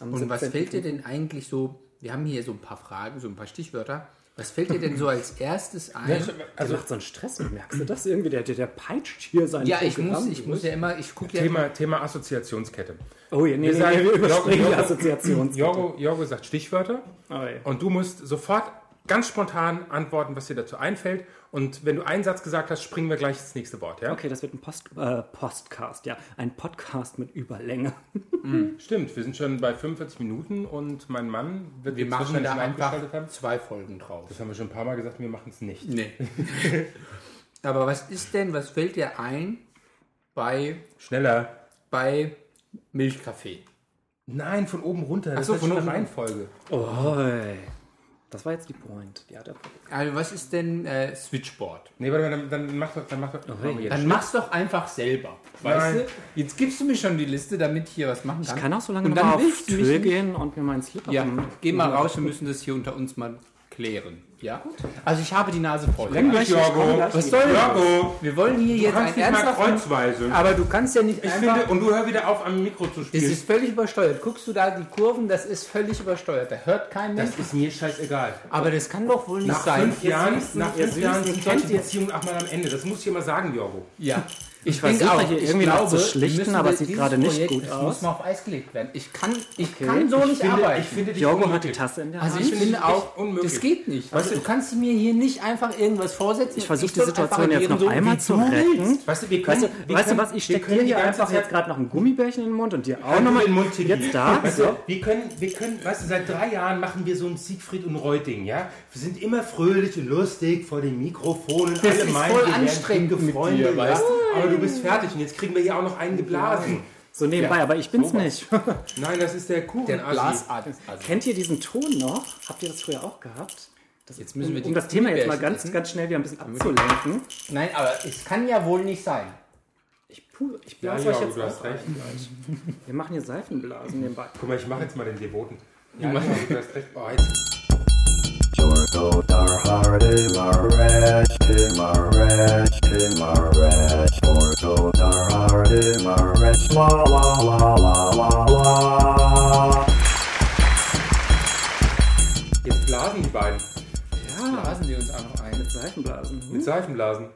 [SPEAKER 4] Am
[SPEAKER 2] Mhm. Und was
[SPEAKER 4] 17.
[SPEAKER 2] fällt dir denn eigentlich so? Wir haben hier so ein paar Fragen, so ein paar Stichwörter. Was fällt dir denn so als erstes ein?
[SPEAKER 4] Also macht so einen Stress mit, merkst du das irgendwie? Der, der, der peitscht hier sein
[SPEAKER 2] Ja, ich
[SPEAKER 4] Programm
[SPEAKER 2] muss, ich muss ja immer, ich gucke ja immer.
[SPEAKER 1] Thema, Thema Assoziationskette.
[SPEAKER 4] Oh, nee, nee,
[SPEAKER 1] Wir sagen-
[SPEAKER 4] nee, wir überspringen
[SPEAKER 1] Jorgo-
[SPEAKER 4] die Assoziations. Oh,
[SPEAKER 1] Jorgo, Jorgo sagt Stichwörter
[SPEAKER 4] Oi.
[SPEAKER 1] und du musst sofort ganz spontan antworten, was dir dazu einfällt. Und wenn du einen Satz gesagt hast, springen wir gleich ins nächste Wort. Ja?
[SPEAKER 4] Okay, das wird ein Post, äh, Postcast, ja. Ein Podcast mit Überlänge.
[SPEAKER 1] Stimmt, wir sind schon bei 45 Minuten und mein Mann wird
[SPEAKER 2] Wir
[SPEAKER 1] jetzt
[SPEAKER 2] machen
[SPEAKER 1] wahrscheinlich
[SPEAKER 2] da
[SPEAKER 1] nachgeschaltet
[SPEAKER 2] einfach
[SPEAKER 1] haben.
[SPEAKER 2] zwei Folgen drauf.
[SPEAKER 1] Das haben wir schon ein paar Mal gesagt, wir machen es nicht.
[SPEAKER 2] Nee. Aber was ist denn, was fällt dir ein bei,
[SPEAKER 1] Schneller.
[SPEAKER 2] bei Milchkaffee?
[SPEAKER 1] Nein, von oben runter. Das
[SPEAKER 2] so,
[SPEAKER 1] ist
[SPEAKER 2] von
[SPEAKER 1] schon eine
[SPEAKER 2] oben.
[SPEAKER 1] Reihenfolge.
[SPEAKER 4] Oi. Das war jetzt die Point. Ja, der
[SPEAKER 2] Also was ist denn äh, Switchboard?
[SPEAKER 1] Nee, warte mal, dann, dann mach doch, dann mach doch. machen wir jetzt.
[SPEAKER 2] Dann mach's doch einfach selber. Weißt
[SPEAKER 1] Nein.
[SPEAKER 2] du? Jetzt gibst du mir schon die Liste, damit ich hier was machen kann.
[SPEAKER 4] ich kann auch so lange
[SPEAKER 2] Und
[SPEAKER 4] noch mal
[SPEAKER 2] dann
[SPEAKER 4] auf
[SPEAKER 2] willst du mich
[SPEAKER 4] Tür
[SPEAKER 2] nicht-
[SPEAKER 4] gehen und mir meinen Slip
[SPEAKER 2] Ja, geh mal raus, wir müssen das hier unter uns mal klären. Ja? Also ich habe die Nase voll.
[SPEAKER 4] Wenn gleich- komm
[SPEAKER 1] Jorgo.
[SPEAKER 4] gleich-
[SPEAKER 2] Was soll das?
[SPEAKER 1] Jorgo.
[SPEAKER 2] Wir wollen hier
[SPEAKER 1] Du
[SPEAKER 2] jetzt
[SPEAKER 1] kannst nicht
[SPEAKER 2] ein
[SPEAKER 1] mal
[SPEAKER 2] ernsthaften...
[SPEAKER 1] kreuzweise.
[SPEAKER 4] Ah,
[SPEAKER 2] Aber du kannst ja nicht
[SPEAKER 1] Ich
[SPEAKER 2] einfach...
[SPEAKER 1] finde, und du hör wieder auf, am Mikro zu
[SPEAKER 2] das
[SPEAKER 1] spielen.
[SPEAKER 2] ist völlig übersteuert. Guckst du da die Kurven, das ist völlig übersteuert. Da hört kein Mensch.
[SPEAKER 1] ist mir scheißegal.
[SPEAKER 2] Aber das kann doch wohl nicht
[SPEAKER 1] Nach
[SPEAKER 2] sein.
[SPEAKER 1] fünf Jahren,
[SPEAKER 4] süßen-
[SPEAKER 1] nach
[SPEAKER 4] ihr
[SPEAKER 1] fünf Jahren
[SPEAKER 4] süßen
[SPEAKER 1] sind solche
[SPEAKER 4] kennt ihr-
[SPEAKER 1] Beziehungen auch mal am Ende. Das muss ich immer sagen, Jorgo.
[SPEAKER 2] Ja. Ich,
[SPEAKER 4] versuche hier irgendwie noch zu schlichten,
[SPEAKER 2] müssen
[SPEAKER 4] aber es
[SPEAKER 2] wir-
[SPEAKER 4] sieht
[SPEAKER 2] dieses
[SPEAKER 4] gerade nicht
[SPEAKER 2] Projekt,
[SPEAKER 4] gut
[SPEAKER 2] es
[SPEAKER 4] aus.
[SPEAKER 2] muss mal auf Eis gelegt werden. Ich kann, ich kann so nicht arbeiten.
[SPEAKER 1] finde dich
[SPEAKER 4] Jorgo hat die
[SPEAKER 1] unnötig.
[SPEAKER 4] Tasse in der Hand.
[SPEAKER 2] also ich
[SPEAKER 1] finde
[SPEAKER 2] finde
[SPEAKER 1] ich
[SPEAKER 2] auch,
[SPEAKER 1] unmöglich.
[SPEAKER 2] das geht nicht. Also du kannst mir hier nicht einfach irgendwas vorsetzen.
[SPEAKER 4] Ich versuche die
[SPEAKER 2] soll
[SPEAKER 4] Situation
[SPEAKER 2] einfach
[SPEAKER 4] jetzt noch
[SPEAKER 2] agieren, so
[SPEAKER 4] einmal
[SPEAKER 2] wie
[SPEAKER 4] zu
[SPEAKER 2] du
[SPEAKER 4] retten.
[SPEAKER 2] willst.
[SPEAKER 1] Weißt du, wir können,
[SPEAKER 4] Weißt du,
[SPEAKER 1] wir
[SPEAKER 4] weißt du
[SPEAKER 1] können,
[SPEAKER 4] was, ich
[SPEAKER 1] wir
[SPEAKER 4] stecke
[SPEAKER 1] können
[SPEAKER 4] dir
[SPEAKER 1] die
[SPEAKER 4] hier
[SPEAKER 1] ganze
[SPEAKER 4] einfach
[SPEAKER 1] Zeit-
[SPEAKER 4] jetzt gerade noch ein Gummibärchen in den Mund und dir auch
[SPEAKER 1] Halt
[SPEAKER 4] nochmal.
[SPEAKER 1] den Mund, Also, Timmy.
[SPEAKER 4] Jetzt da. So.
[SPEAKER 1] Wir können, wir können, weißt du, seit drei Jahren machen wir so ein Siegfried und Reuting, ja? Wir sind immer fröhlich und lustig vor den Mikrofonen.
[SPEAKER 2] Das ist voll
[SPEAKER 1] wir wären
[SPEAKER 2] anstrengend
[SPEAKER 1] gute
[SPEAKER 2] mit dir,
[SPEAKER 1] Freunde,
[SPEAKER 2] weißt
[SPEAKER 1] ja? Aber du bist fertig und jetzt kriegen wir hier auch noch einen geblasen.
[SPEAKER 4] so nebenbei, aber ich bin's nicht.
[SPEAKER 1] Nein, das ist der Kuchen.
[SPEAKER 2] Der
[SPEAKER 1] Assi.
[SPEAKER 2] Blasarzt. Also,
[SPEAKER 4] Kennt ihr diesen Ton noch? Habt ihr das früher auch gehabt? Das,
[SPEAKER 2] Jetzt müssen wir
[SPEAKER 4] um,
[SPEAKER 2] die
[SPEAKER 4] um das Thema jetzt mal
[SPEAKER 2] Gummibärchen
[SPEAKER 4] ganz,
[SPEAKER 2] essen.
[SPEAKER 4] ganz schnell wieder ein bisschen abzulenken.
[SPEAKER 2] nein, aber es kann ja wohl nicht sein.
[SPEAKER 4] Ich, pu- ich
[SPEAKER 1] Ja,
[SPEAKER 4] blase euch
[SPEAKER 1] Jorgo,
[SPEAKER 4] jetzt
[SPEAKER 1] du hast
[SPEAKER 4] auch
[SPEAKER 1] recht.
[SPEAKER 4] ein. Wir machen hier Seifenblasen nebenbei.
[SPEAKER 1] Guck mal, ich mache jetzt mal den Devoten. Ja, Jorgo,
[SPEAKER 2] genau.
[SPEAKER 1] du hast recht. Oh, jetzt.
[SPEAKER 5] Jorgo Darhardy Maresh Maresh Maresh Jorgo Darhardy Maresh La la la la la la
[SPEAKER 1] Jetzt blasen die beiden.
[SPEAKER 2] Blasen sie uns einfach ein.
[SPEAKER 4] Mit Seifenblasen. Hm?
[SPEAKER 1] Mit Seifenblasen.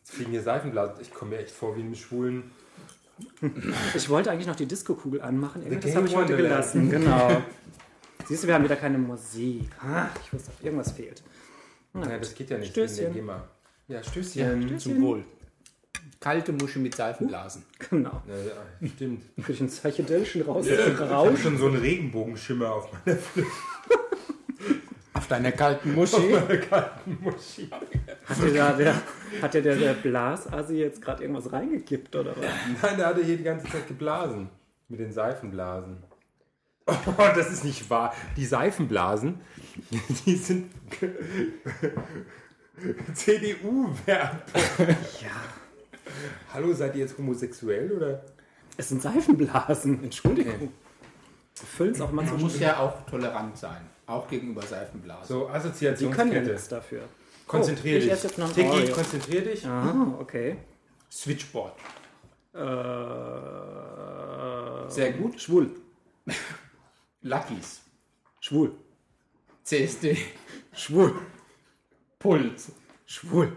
[SPEAKER 1] Jetzt fliegen hier Seifenblasen. Ich komme mir echt vor wie ein schwulen.
[SPEAKER 4] Ich wollte eigentlich noch die Disco-Kugel anmachen. Irgendwas
[SPEAKER 1] Game
[SPEAKER 4] habe ich heute
[SPEAKER 1] Wonderland.
[SPEAKER 4] gelassen. Genau. Siehst du, wir haben wieder keine Musik. Ah, ich wusste, irgendwas fehlt.
[SPEAKER 1] Nein, das geht ja nicht.
[SPEAKER 4] Stößchen.
[SPEAKER 1] Wegen der GEMA. Ja, Stößchen.
[SPEAKER 2] Zum Wohl. Kalte Musche mit Seifenblasen.
[SPEAKER 4] Genau.
[SPEAKER 1] Ja, ja, stimmt.
[SPEAKER 4] Für den psychedelischen Raus
[SPEAKER 1] Ich
[SPEAKER 4] Rausch.
[SPEAKER 1] habe schon so einen Regenbogenschimmer auf meiner
[SPEAKER 2] Auf deiner kalten Musche.
[SPEAKER 1] Muschi.
[SPEAKER 4] Hat dir da der, hat dir der, der Blasasi jetzt gerade irgendwas reingekippt oder was?
[SPEAKER 1] Nein, der hatte hier die ganze Zeit geblasen. Mit den Seifenblasen. Oh, das ist nicht wahr. Die Seifenblasen, die sind CDU-Werbung.
[SPEAKER 4] Ja.
[SPEAKER 1] Hallo, seid ihr jetzt homosexuell oder?
[SPEAKER 4] Es sind Seifenblasen. Entschuldigung. Füllen es auch mal
[SPEAKER 2] Man
[SPEAKER 4] so.
[SPEAKER 2] muss ja auch tolerant sein. Auch gegenüber Seifenblasen.
[SPEAKER 1] So,
[SPEAKER 4] Die können ja
[SPEAKER 1] Assoziationskette.
[SPEAKER 4] nichts dafür.
[SPEAKER 1] Konzentrier
[SPEAKER 4] Oh, ich
[SPEAKER 1] dich.
[SPEAKER 4] esse jetzt noch ein
[SPEAKER 1] Tiki,
[SPEAKER 4] Oreo.
[SPEAKER 1] konzentrier dich.
[SPEAKER 4] Ah, okay.
[SPEAKER 1] Switchboard.
[SPEAKER 4] Äh,
[SPEAKER 2] Sehr gut. Schwul. Luckys.
[SPEAKER 4] schwul.
[SPEAKER 2] CSD.
[SPEAKER 4] Schwul.
[SPEAKER 2] Puls.
[SPEAKER 4] Schwul.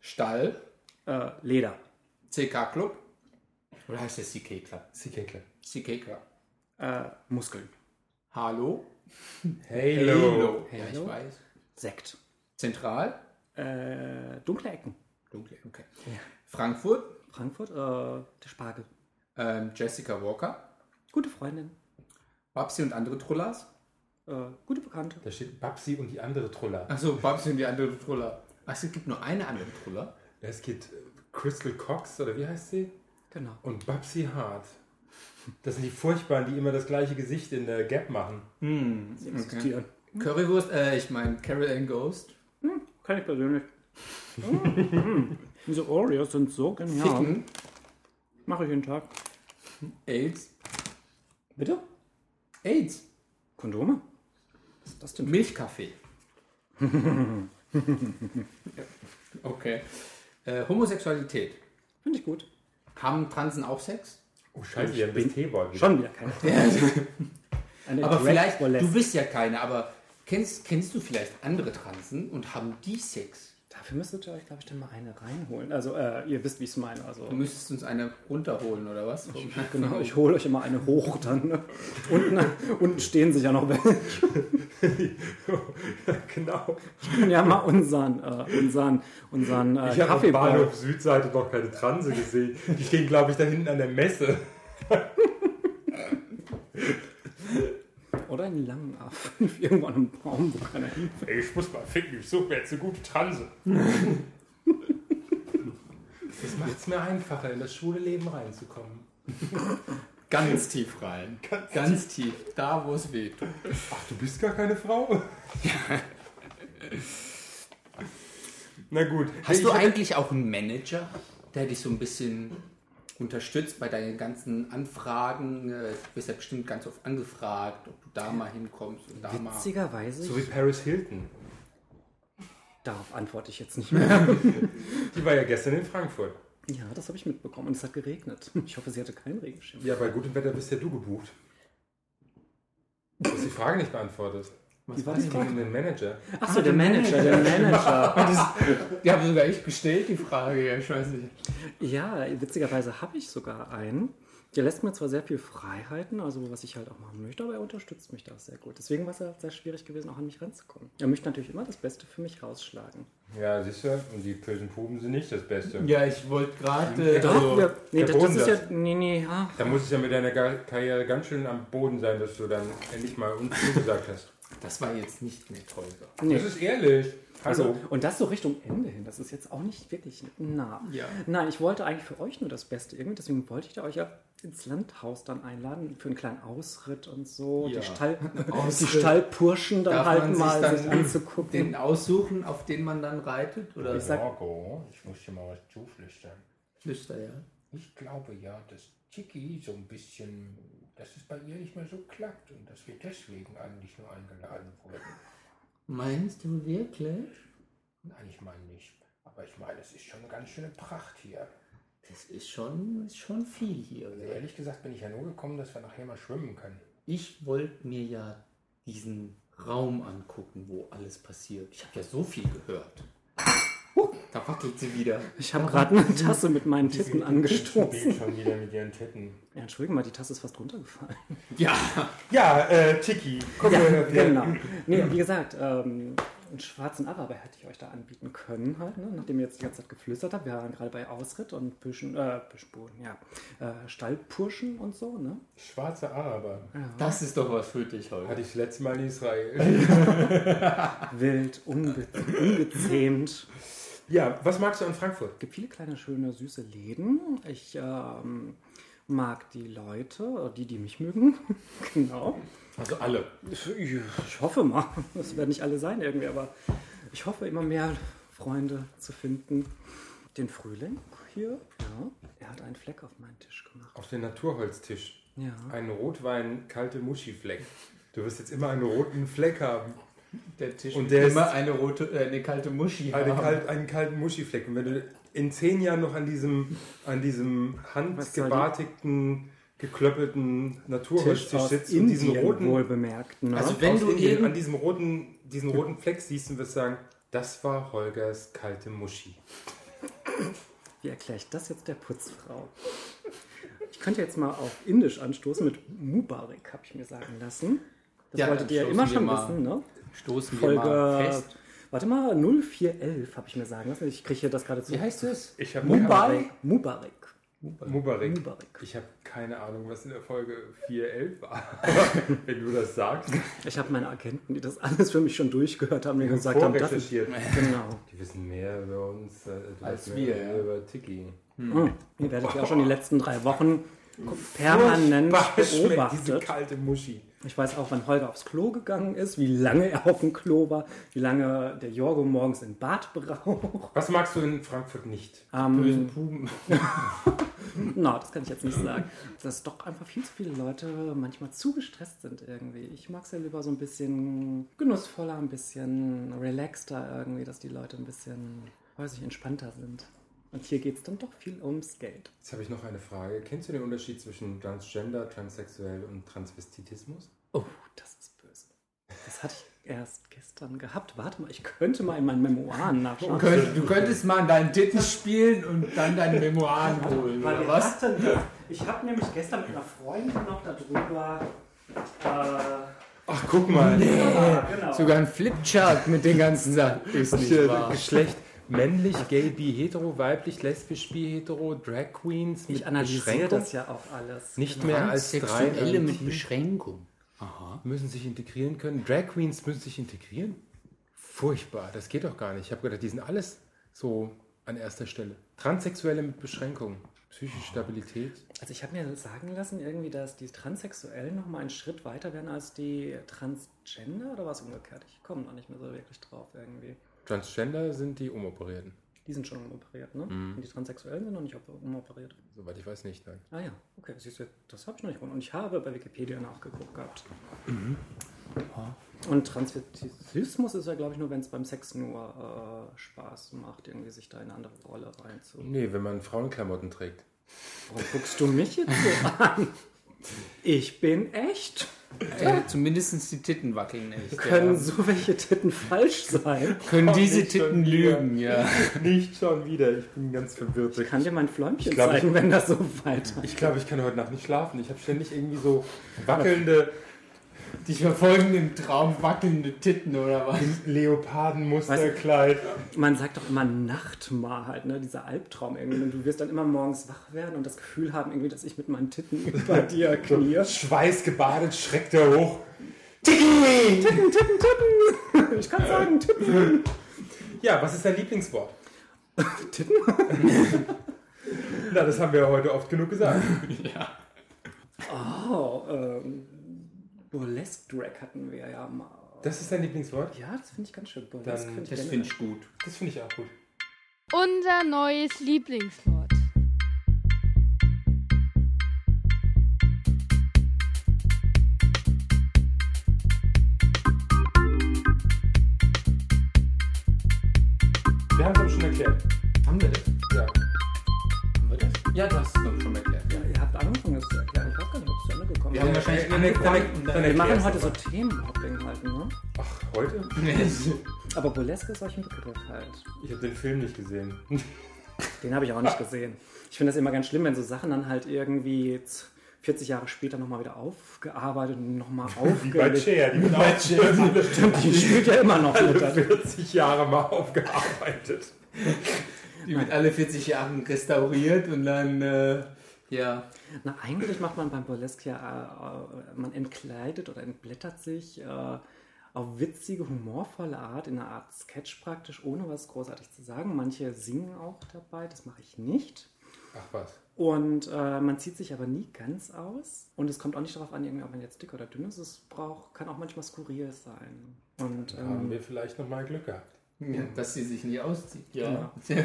[SPEAKER 2] Stall.
[SPEAKER 4] Äh, Leder.
[SPEAKER 2] CK Club. Oder heißt der CK Club?
[SPEAKER 1] CK Club.
[SPEAKER 2] CK Club.
[SPEAKER 4] Äh, Muskeln.
[SPEAKER 2] Hallo.
[SPEAKER 1] Halo.
[SPEAKER 2] Ja, ich weiß.
[SPEAKER 4] Sekt.
[SPEAKER 2] Zentral.
[SPEAKER 4] Äh, dunkle Ecken.
[SPEAKER 2] Dunkel. Okay. Frankfurt.
[SPEAKER 4] Frankfurt, äh, der Spargel.
[SPEAKER 2] Ähm, Jessica Walker.
[SPEAKER 4] Gute Freundin.
[SPEAKER 2] Babsi und andere Trullas.
[SPEAKER 4] Äh, gute Bekannte.
[SPEAKER 1] Da steht Babsi und die andere Troller.
[SPEAKER 2] Achso, Also, Babsi und die andere Trulla. Was, es gibt nur eine andere Trulla?
[SPEAKER 1] Es geht äh, Crystal Cox oder wie heißt sie?
[SPEAKER 4] Genau.
[SPEAKER 1] Und Babsi Hart. Das sind die Furchtbaren, die immer das gleiche Gesicht in der Gap machen.
[SPEAKER 4] Existieren.
[SPEAKER 2] Currywurst, äh, ich meine Carol Ann Ghost.
[SPEAKER 4] Kann ich persönlich. Mm, mm. Diese Oreos sind so genial.
[SPEAKER 2] Ficken.
[SPEAKER 4] Mache ich jeden Tag.
[SPEAKER 2] AIDS.
[SPEAKER 4] Bitte?
[SPEAKER 2] AIDS.
[SPEAKER 4] Kondome? Was ist das denn?
[SPEAKER 2] Milchkaffee. okay. Äh, Homosexualität.
[SPEAKER 4] Finde ich gut.
[SPEAKER 2] Haben Transen auch Sex?
[SPEAKER 1] Oh scheiße, wir haben das Teewort. wieder.
[SPEAKER 4] Schon wieder keine Frage. Eine
[SPEAKER 2] Aber
[SPEAKER 4] Drag
[SPEAKER 2] vielleicht,
[SPEAKER 4] Roulette.
[SPEAKER 2] du bist ja keine, aber kennst, kennst du vielleicht andere Transen und haben die Sex?
[SPEAKER 4] Dafür müsstet ihr euch, glaube ich, dann mal eine reinholen. Also, äh, ihr wisst, wie ich es meine. Also,
[SPEAKER 2] Du müsstest uns eine runterholen oder was?
[SPEAKER 4] genau, ich hole euch immer eine hoch dann. Ne? Unten, unten stehen sich ja noch welche.
[SPEAKER 1] genau.
[SPEAKER 4] Ja, mal unseren, äh, unseren, unseren äh,
[SPEAKER 1] Ich habe auf Bahnhof
[SPEAKER 4] Kaffeebaum.
[SPEAKER 1] Südseite noch keine Transe gesehen. Die stehen, glaube ich, da hinten an der Messe.
[SPEAKER 4] Oder einen langen Affen. Irgendwo an einem Baum, wo keiner hin.
[SPEAKER 1] Ey, ich muss mal ficken, ich suche mir jetzt eine gute Transe. Das macht es mir einfacher, in das schwule Leben reinzukommen.
[SPEAKER 2] Ganz tief rein. Ganz, Ganz tief. Da, wo es weht.
[SPEAKER 1] Ach, du bist gar keine Frau? Na gut.
[SPEAKER 2] Hast
[SPEAKER 1] Ich
[SPEAKER 2] du
[SPEAKER 1] hab-
[SPEAKER 2] eigentlich auch einen Manager, der dich so ein bisschen unterstützt bei deinen ganzen Anfragen? Äh, Du bist ja bestimmt ganz oft angefragt, ob du da mal hinkommst und da mal.
[SPEAKER 4] Witzigerweise,
[SPEAKER 1] So wie Paris Hilton.
[SPEAKER 4] Darauf antworte ich jetzt nicht mehr.
[SPEAKER 1] Die war ja gestern in Frankfurt.
[SPEAKER 4] ja, das habe ich mitbekommen. Und es hat geregnet. Ich hoffe, sie hatte keinen Regenschirm.
[SPEAKER 1] Ja, bei gutem Wetter bist ja du gebucht. Du hast die Frage nicht beantwortet.
[SPEAKER 4] Was war das?
[SPEAKER 1] Gegen den Manager.
[SPEAKER 4] Achso, Ah, der Manager, der Manager.
[SPEAKER 2] Die haben sogar ich gestellt, die Frage. ja, Ich weiß nicht.
[SPEAKER 4] Ja, witzigerweise habe ich sogar einen. Der lässt mir zwar sehr viel Freiheiten, also was ich halt auch machen möchte, aber er unterstützt mich da sehr gut. Deswegen war es ja sehr schwierig gewesen, auch an mich ranzukommen. Er möchte natürlich immer das Beste für mich rausschlagen.
[SPEAKER 1] Ja, siehst du, und die bösen Puben sind nicht das Beste.
[SPEAKER 2] Ja, ich wollte gerade. Äh,
[SPEAKER 1] Doch,
[SPEAKER 2] also,
[SPEAKER 4] ja, nee,
[SPEAKER 1] der
[SPEAKER 4] das,
[SPEAKER 1] Boden
[SPEAKER 4] das ist
[SPEAKER 1] das.
[SPEAKER 4] ja. Nee, nee, ah.
[SPEAKER 1] Da muss es ja mit deiner Ga- Karriere ganz schön am Boden sein, dass du dann endlich mal uns zugesagt hast.
[SPEAKER 2] Das war jetzt nicht nett, Holger.
[SPEAKER 4] Nee.
[SPEAKER 1] Das ist ehrlich. Hallo.
[SPEAKER 4] Also, und das so Richtung Ende hin, das ist jetzt auch nicht wirklich nah.
[SPEAKER 2] Ja.
[SPEAKER 4] Nein, ich wollte eigentlich für euch nur das Beste irgendwie, deswegen wollte ich da euch ja ins Landhaus dann einladen für einen kleinen Ausritt und so.
[SPEAKER 2] Ja.
[SPEAKER 4] Die, Stall, die
[SPEAKER 2] Ausritt.
[SPEAKER 4] Stallpurschen dann
[SPEAKER 2] Darf
[SPEAKER 4] halt
[SPEAKER 2] man sich
[SPEAKER 4] mal
[SPEAKER 2] dann
[SPEAKER 4] sich anzugucken.
[SPEAKER 2] Den aussuchen, auf den man dann reitet? Oder
[SPEAKER 4] Ich sag-
[SPEAKER 1] Marco, ich muss dir mal was zuflüstern.
[SPEAKER 2] Flüster, ja.
[SPEAKER 1] Ich glaube ja, dass Tiki so ein bisschen, dass es bei ihr nicht mehr so klappt und dass wir deswegen eigentlich nur eingeladen wurden.
[SPEAKER 2] Meinst du wirklich?
[SPEAKER 1] Nein, ich meine nicht. Aber ich meine, es ist schon eine ganz schöne Pracht hier.
[SPEAKER 2] Das ist schon, ist schon viel hier.
[SPEAKER 1] Also ehrlich gesagt bin ich ja nur gekommen, dass wir nachher mal schwimmen können.
[SPEAKER 2] Ich wollte mir ja diesen Raum angucken, wo alles passiert. Ich habe ja so viel gehört. Huh, da wackelt sie wieder.
[SPEAKER 4] Ich habe gerade eine Tasse mit meinen Titten angestoßen.
[SPEAKER 1] schon wieder mit ihren Titten.
[SPEAKER 4] Ja, Entschuldigung mal, die Tasse ist fast runtergefallen.
[SPEAKER 2] Ja,
[SPEAKER 1] Ja, äh, Tiki, komm her.
[SPEAKER 4] genau. Nee, wie gesagt, ähm, einen schwarzen Araber hätte ich euch da anbieten können, halt, ne? nachdem ihr jetzt die ganze Zeit geflüstert habt. Wir waren gerade bei Ausritt und Büschen, äh, Büschboden, ja, äh, Stallpurschen und so, ne?
[SPEAKER 1] Schwarze Araber.
[SPEAKER 2] das ist doch was für dich heute.
[SPEAKER 1] Hatte ich das letzte Mal in Israel.
[SPEAKER 4] Wild, unbe ungezähmt.
[SPEAKER 1] ja, was magst du an Frankfurt?
[SPEAKER 4] Es gibt viele kleine, schöne, süße Läden. Ich ähm, mag die Leute, die, die mich mögen. genau.
[SPEAKER 1] Also alle.
[SPEAKER 4] Ich, ich hoffe mal. Das werden nicht alle sein irgendwie, aber ich hoffe immer mehr Freunde zu finden. Den Frühling hier, ja. Er hat einen Fleck auf meinen Tisch gemacht.
[SPEAKER 1] Auf den Naturholztisch.
[SPEAKER 4] Ja.
[SPEAKER 1] Ein Rotwein, kalte Muschi-Fleck. Du wirst jetzt immer einen roten Fleck haben.
[SPEAKER 2] Der Tisch
[SPEAKER 1] Und
[SPEAKER 2] wird
[SPEAKER 1] der ist-
[SPEAKER 2] immer eine rote, äh, eine kalte Muschi
[SPEAKER 1] Eine
[SPEAKER 2] haben.
[SPEAKER 1] kalt, einen kalten Muschi-Fleck. Und wenn du in zehn Jahren noch an diesem, an diesem
[SPEAKER 4] Was soll die-
[SPEAKER 1] handgebartigten, geklöppelten
[SPEAKER 4] Tisch
[SPEAKER 1] Naturholztisch
[SPEAKER 4] aus
[SPEAKER 1] sitzt
[SPEAKER 4] Indien,
[SPEAKER 1] und diesen roten,
[SPEAKER 4] wohl bemerkt. Ne?
[SPEAKER 2] Also wenn
[SPEAKER 1] aus
[SPEAKER 2] du
[SPEAKER 1] Indien,
[SPEAKER 2] eben-
[SPEAKER 1] an diesem roten, diesen roten Fleck siehst, dann wirst du sagen, das war Holgers kalte Muschi.
[SPEAKER 4] Wie erkläre ich das jetzt der Putzfrau? Ich könnte jetzt mal auf Indisch anstoßen mit Mubarak, habe ich mir sagen lassen. Das
[SPEAKER 2] Ja,
[SPEAKER 4] wolltet
[SPEAKER 2] dann
[SPEAKER 4] ihr ja immer
[SPEAKER 2] stoßen
[SPEAKER 4] schon
[SPEAKER 2] wir mal.
[SPEAKER 4] wissen, ne?
[SPEAKER 2] Stoßen wir mal
[SPEAKER 4] Folge.
[SPEAKER 2] fest.
[SPEAKER 4] Warte mal, 0411 habe ich mir sagen lassen. Ich kriege hier das gerade zu.
[SPEAKER 2] Wie heißt es?
[SPEAKER 1] Ich habe
[SPEAKER 2] Mumbai?
[SPEAKER 4] Mubarak.
[SPEAKER 1] Mubarak.
[SPEAKER 4] Mubarak.
[SPEAKER 1] Ich habe keine Ahnung, was in der Folge 4.11 war. Wenn du das sagst,
[SPEAKER 4] Ich habe meine Agenten, die das alles für mich schon durchgehört haben, mir gesagt haben, das ist,
[SPEAKER 1] vorrecherchiert.
[SPEAKER 4] genau.
[SPEAKER 1] Die wissen mehr über uns äh, du
[SPEAKER 2] Als
[SPEAKER 1] weißt
[SPEAKER 2] wir,
[SPEAKER 1] mehr
[SPEAKER 2] ja.
[SPEAKER 1] über Tiki.
[SPEAKER 4] Hm. Ihr werdet ja auch schon die letzten drei Wochen permanent
[SPEAKER 1] Furchtbar schmeckt diese
[SPEAKER 4] beobachtet.
[SPEAKER 1] kalte Muschi.
[SPEAKER 4] Ich weiß auch, wann Holger aufs Klo gegangen ist, wie lange er auf dem Klo war, wie lange der Jorgo morgens in Bad braucht.
[SPEAKER 1] Was magst du in Frankfurt nicht?
[SPEAKER 4] Ähm,
[SPEAKER 2] Bösen Puben.
[SPEAKER 4] Na, das kann ich jetzt nicht sagen. Dass doch einfach viel zu viele Leute manchmal zu gestresst sind irgendwie. Ich mag es ja lieber so ein bisschen genussvoller, ein bisschen relaxter irgendwie, dass die Leute ein bisschen, weiß ich, entspannter sind. Und hier geht es dann doch viel ums Geld.
[SPEAKER 1] Jetzt habe ich noch eine Frage. Kennst du den Unterschied zwischen Transgender, Transsexuell und Transvestitismus?
[SPEAKER 4] Oh, das ist böse. Das hatte ich erst gestern gehabt. Warte mal, ich könnte mal in meinen Memoiren nachschauen.
[SPEAKER 2] Du könntest- Du könntest mal an deinen Titten spielen und dann deine Memoiren holen,
[SPEAKER 4] Weil
[SPEAKER 2] oder
[SPEAKER 4] wir
[SPEAKER 2] was?
[SPEAKER 4] hatten das. Ich habe nämlich gestern mit einer Freundin noch darüber. Äh,
[SPEAKER 1] Ach, guck mal.
[SPEAKER 4] genau.
[SPEAKER 2] Sogar ein Flipchart mit den ganzen Sachen ist nicht wahr.
[SPEAKER 1] Äh, Geschlecht. Männlich, gay, bi, hetero, weiblich, lesbisch, bi, hetero, Drag Queens
[SPEAKER 4] ich analysiere das ja auch alles. Genau.
[SPEAKER 1] Nicht mehr als drei
[SPEAKER 2] Sexuelle
[SPEAKER 1] im
[SPEAKER 2] mit
[SPEAKER 1] Team
[SPEAKER 2] Beschränkung.
[SPEAKER 1] müssen sich integrieren können. Drag Queens müssen sich integrieren? Furchtbar, das geht doch gar nicht. Ich habe gedacht, die sind alles so an erster Stelle. Transsexuelle mit Beschränkung, psychische Stabilität.
[SPEAKER 4] Also ich habe mir sagen lassen, irgendwie, dass die Transsexuellen noch mal einen Schritt weiter wären als die Transgender oder was umgekehrt. Ich komme noch nicht mehr so wirklich drauf irgendwie.
[SPEAKER 1] Transgender sind die Umoperierten. Die,
[SPEAKER 4] Die sind schon umoperiert, ne? Und die Transsexuellen sind noch nicht op- umoperiert.
[SPEAKER 1] Soweit ich weiß nicht, nein.
[SPEAKER 4] Ah ja, okay, siehst du, das habe ich noch nicht gewonnen. Und ich habe bei Wikipedia nachgeguckt gehabt. Und Transvestismus ist ja, glaube ich, nur, wenn es beim Sex nur äh, Spaß macht, irgendwie sich da in eine andere Rolle reinzu.
[SPEAKER 1] Nee, wenn man Frauenklamotten trägt.
[SPEAKER 4] Warum guckst du mich jetzt so an? Ich bin echt.
[SPEAKER 2] Äh, zumindest die Titten wackeln nicht.
[SPEAKER 4] Können
[SPEAKER 2] ja.
[SPEAKER 4] so welche Titten falsch sein?
[SPEAKER 2] Können diese
[SPEAKER 1] nicht schon
[SPEAKER 2] Titten
[SPEAKER 1] wieder.
[SPEAKER 2] lügen, ja.
[SPEAKER 1] Nicht schon wieder, ich bin ganz verwirrt.
[SPEAKER 4] Ich kann dir mein Fläumchen
[SPEAKER 1] Ich glaub,
[SPEAKER 4] zeigen, wenn das so weiter.
[SPEAKER 1] Ich glaube, ich kann heute Nacht nicht schlafen. Ich habe ständig irgendwie so wackelnde
[SPEAKER 2] Dich verfolgen im Traum wackelnde Titten oder was?
[SPEAKER 1] Leopardenmusterkleid.
[SPEAKER 4] Man sagt doch immer Nachtmahl, halt, ne? dieser Albtraum irgendwie. Und du wirst dann immer morgens wach werden und das Gefühl haben, irgendwie, dass ich mit meinen Titten über dir knirsch.
[SPEAKER 1] Schweißgebadet schreckt er hoch.
[SPEAKER 4] Titten, Titten, Titten! Ich kann sagen, Titten.
[SPEAKER 1] Ja, was ist dein Lieblingswort?
[SPEAKER 4] Titten?
[SPEAKER 1] Na, das haben wir ja heute oft genug gesagt.
[SPEAKER 4] Oh, ähm, Burlesque Drag hatten wir ja mal.
[SPEAKER 1] Das ist dein Lieblingswort?
[SPEAKER 4] Ja, das finde ich ganz schön. Burlesque
[SPEAKER 1] Dann-
[SPEAKER 4] finde ich
[SPEAKER 2] Das
[SPEAKER 4] generell-
[SPEAKER 2] finde ich gut.
[SPEAKER 1] Das finde ich auch gut.
[SPEAKER 6] Unser neues Lieblingswort.
[SPEAKER 1] Wir haben es aber schon erklärt.
[SPEAKER 2] Haben wir das?
[SPEAKER 1] Ja.
[SPEAKER 2] Haben wir das? Ja, das hast du schon erklärt. Ja.
[SPEAKER 4] Ihr habt angefangen, das zu erklären. Ich weiß gar nicht, ob es zu Ende gekommen
[SPEAKER 2] Wir
[SPEAKER 4] ist.
[SPEAKER 2] haben wahrscheinlich
[SPEAKER 1] Dann- dann-
[SPEAKER 2] angefangen,
[SPEAKER 1] dann
[SPEAKER 2] dann-
[SPEAKER 4] Wir machen
[SPEAKER 1] erklär's
[SPEAKER 4] heute so
[SPEAKER 1] aber.
[SPEAKER 4] Themenhopping halt, ne?
[SPEAKER 1] Ach, heute?
[SPEAKER 4] Aber Burlesque ist euch ein Begriff halt.
[SPEAKER 1] Ich habe den Film nicht gesehen.
[SPEAKER 4] Den habe ich auch nicht gesehen. Ich finde das immer ganz schlimm, wenn so Sachen dann halt irgendwie z- 40 Jahre später nochmal wieder aufgearbeitet und nochmal aufgelegt.
[SPEAKER 1] Cher, die wird auch
[SPEAKER 4] Die spielt ja immer noch mit. da-
[SPEAKER 1] 40 Jahre mal aufgearbeitet.
[SPEAKER 2] Die wird alle 40 Jahre restauriert und dann, äh, ja.
[SPEAKER 4] Na, eigentlich macht man beim Burlesque ja, äh, äh, man entkleidet oder entblättert sich äh, auf witzige, humorvolle Art, in einer Art Sketch praktisch, ohne was großartig zu sagen. Manche singen auch dabei, das mache ich nicht.
[SPEAKER 1] Ach was.
[SPEAKER 4] Und äh, man zieht sich aber nie ganz aus. Und es kommt auch nicht darauf an, irgendwie, ob man jetzt dick oder dünn ist. Es braucht, kann auch manchmal skurril sein. Und
[SPEAKER 1] Haben
[SPEAKER 4] ähm,
[SPEAKER 1] wir vielleicht nochmal Glück gehabt.
[SPEAKER 2] Dass sie sich nicht auszieht. Genau.
[SPEAKER 4] Ja.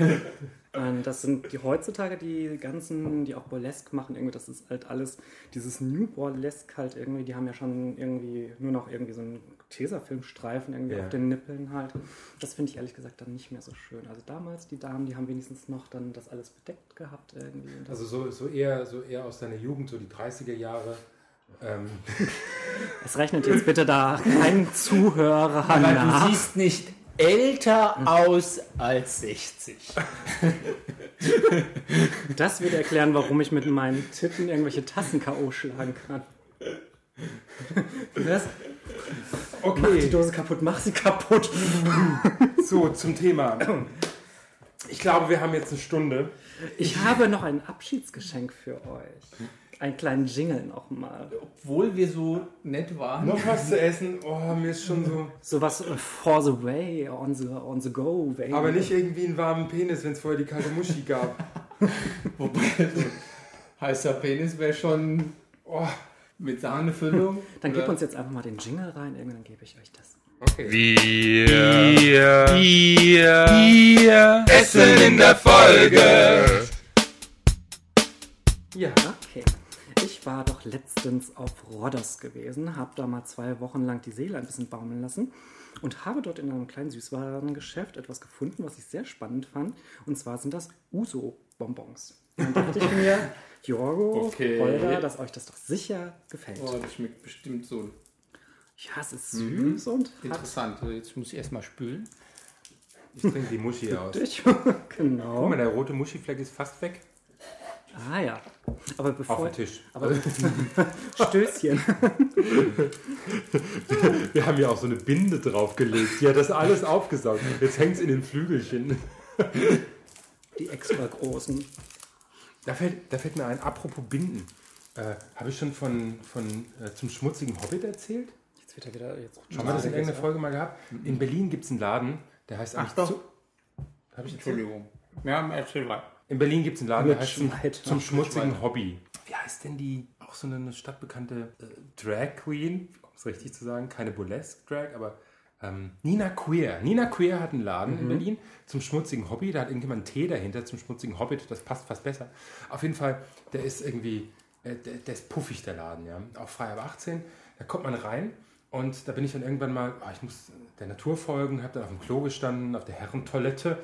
[SPEAKER 4] ähm, das sind die heutzutage die ganzen, die auch Burlesque machen. Irgendwie, das ist halt alles dieses New Burlesque halt irgendwie. Die haben ja schon irgendwie nur noch irgendwie so einen Tesafilmstreifen irgendwie
[SPEAKER 1] Ja.
[SPEAKER 4] auf den Nippeln halt. Das finde ich ehrlich gesagt dann nicht mehr so schön. Also damals die Damen, die haben wenigstens noch dann das alles bedeckt gehabt irgendwie. Und das,
[SPEAKER 1] Also so, so, eher, so eher aus deiner Jugend, so die 30er Jahre. Ähm,
[SPEAKER 4] es rechnet jetzt bitte da kein Zuhörer
[SPEAKER 2] Weil
[SPEAKER 4] nach.
[SPEAKER 2] du siehst nicht älter aus als 60.
[SPEAKER 4] Das wird erklären, warum ich mit meinen Titten irgendwelche Tassen K.O. schlagen kann.
[SPEAKER 2] Was?
[SPEAKER 4] Mach die Dose kaputt, mach sie kaputt.
[SPEAKER 1] So, zum Thema. Ich glaube, wir haben jetzt eine Stunde.
[SPEAKER 4] Ich habe noch ein Abschiedsgeschenk für euch. Einen kleinen Jingle nochmal.
[SPEAKER 2] Obwohl wir so nett waren.
[SPEAKER 1] Noch was zu essen? Oh, mir ist schon so.
[SPEAKER 4] Sowas äh, for the way, on the, on the go. Way.
[SPEAKER 1] Aber nicht irgendwie einen warmen Penis, wenn es vorher die kalte Muschi gab.
[SPEAKER 2] Wobei, also, heißer Penis wäre schon
[SPEAKER 1] Oh,
[SPEAKER 2] mit Sahnefüllung.
[SPEAKER 4] Dann gib
[SPEAKER 2] Oder-
[SPEAKER 4] uns jetzt einfach mal den Jingle rein, irgendwann gebe ich euch das.
[SPEAKER 1] ja.
[SPEAKER 4] Okay. Ich war doch letztens auf Rodos gewesen, habe da mal zwei Wochen lang die Seele ein bisschen baumeln lassen und habe dort in einem kleinen Süßwarengeschäft etwas gefunden, was ich sehr spannend fand. Und zwar sind das Uso-Bonbons. Dann dachte ich mir, Jorgo,
[SPEAKER 2] Okay.
[SPEAKER 4] Holger, dass euch das doch sicher gefällt.
[SPEAKER 2] Oh, das schmeckt bestimmt so
[SPEAKER 4] Ja, es ist
[SPEAKER 1] Mhm.
[SPEAKER 4] süß und hat
[SPEAKER 2] interessant. Also Jetzt muss ich erstmal spülen.
[SPEAKER 1] Ich trinke die Muschi aus.
[SPEAKER 4] dich. genau.
[SPEAKER 1] der rote Muschifleck ist fast weg.
[SPEAKER 4] Ah ja. Aber bevor,
[SPEAKER 1] Auf den Tisch.
[SPEAKER 4] Aber Stößchen.
[SPEAKER 1] Wir haben ja auch so eine Binde draufgelegt. Die hat das alles aufgesaugt. Jetzt hängt es in den Flügelchen.
[SPEAKER 4] Die extra großen.
[SPEAKER 1] Da fällt, da fällt mir ein, apropos Binden. Äh, Habe ich schon von, von äh, zum schmutzigen Hobbit erzählt?
[SPEAKER 4] Jetzt wird er wieder. Jetzt rutscht
[SPEAKER 1] Haben wir das in
[SPEAKER 4] er
[SPEAKER 1] irgendeiner Folge mal gehabt?
[SPEAKER 4] Mhm.
[SPEAKER 1] In Berlin gibt es einen Laden, der heißt eigentlich
[SPEAKER 2] doch.
[SPEAKER 1] Zu- Hab ich erzählt?
[SPEAKER 2] Entschuldigung. Ja, erzähl weiter.
[SPEAKER 1] In Berlin gibt es einen Laden,
[SPEAKER 4] Mit
[SPEAKER 1] der heißt zum,
[SPEAKER 4] Schweid.
[SPEAKER 1] zum
[SPEAKER 4] Mit
[SPEAKER 1] schmutzigen Hobby. Wie heißt denn die, auch so eine stadtbekannte äh, Drag Queen, um es richtig zu sagen, keine Burlesque Drag, aber ähm, Nina Queer. Nina Queer hat einen Laden
[SPEAKER 4] Mhm.
[SPEAKER 1] in Berlin zum schmutzigen Hobby. Da hat irgendjemand einen Tee dahinter zum schmutzigen Hobbit. Das passt fast besser. Auf jeden Fall, der ist irgendwie, äh, der, der ist puffig, der Laden. ja. Auch frei ab 18. Da kommt man rein Und da bin ich dann irgendwann mal, oh, ich muss der Natur folgen, habe dann auf dem Klo gestanden, auf der Herrentoilette.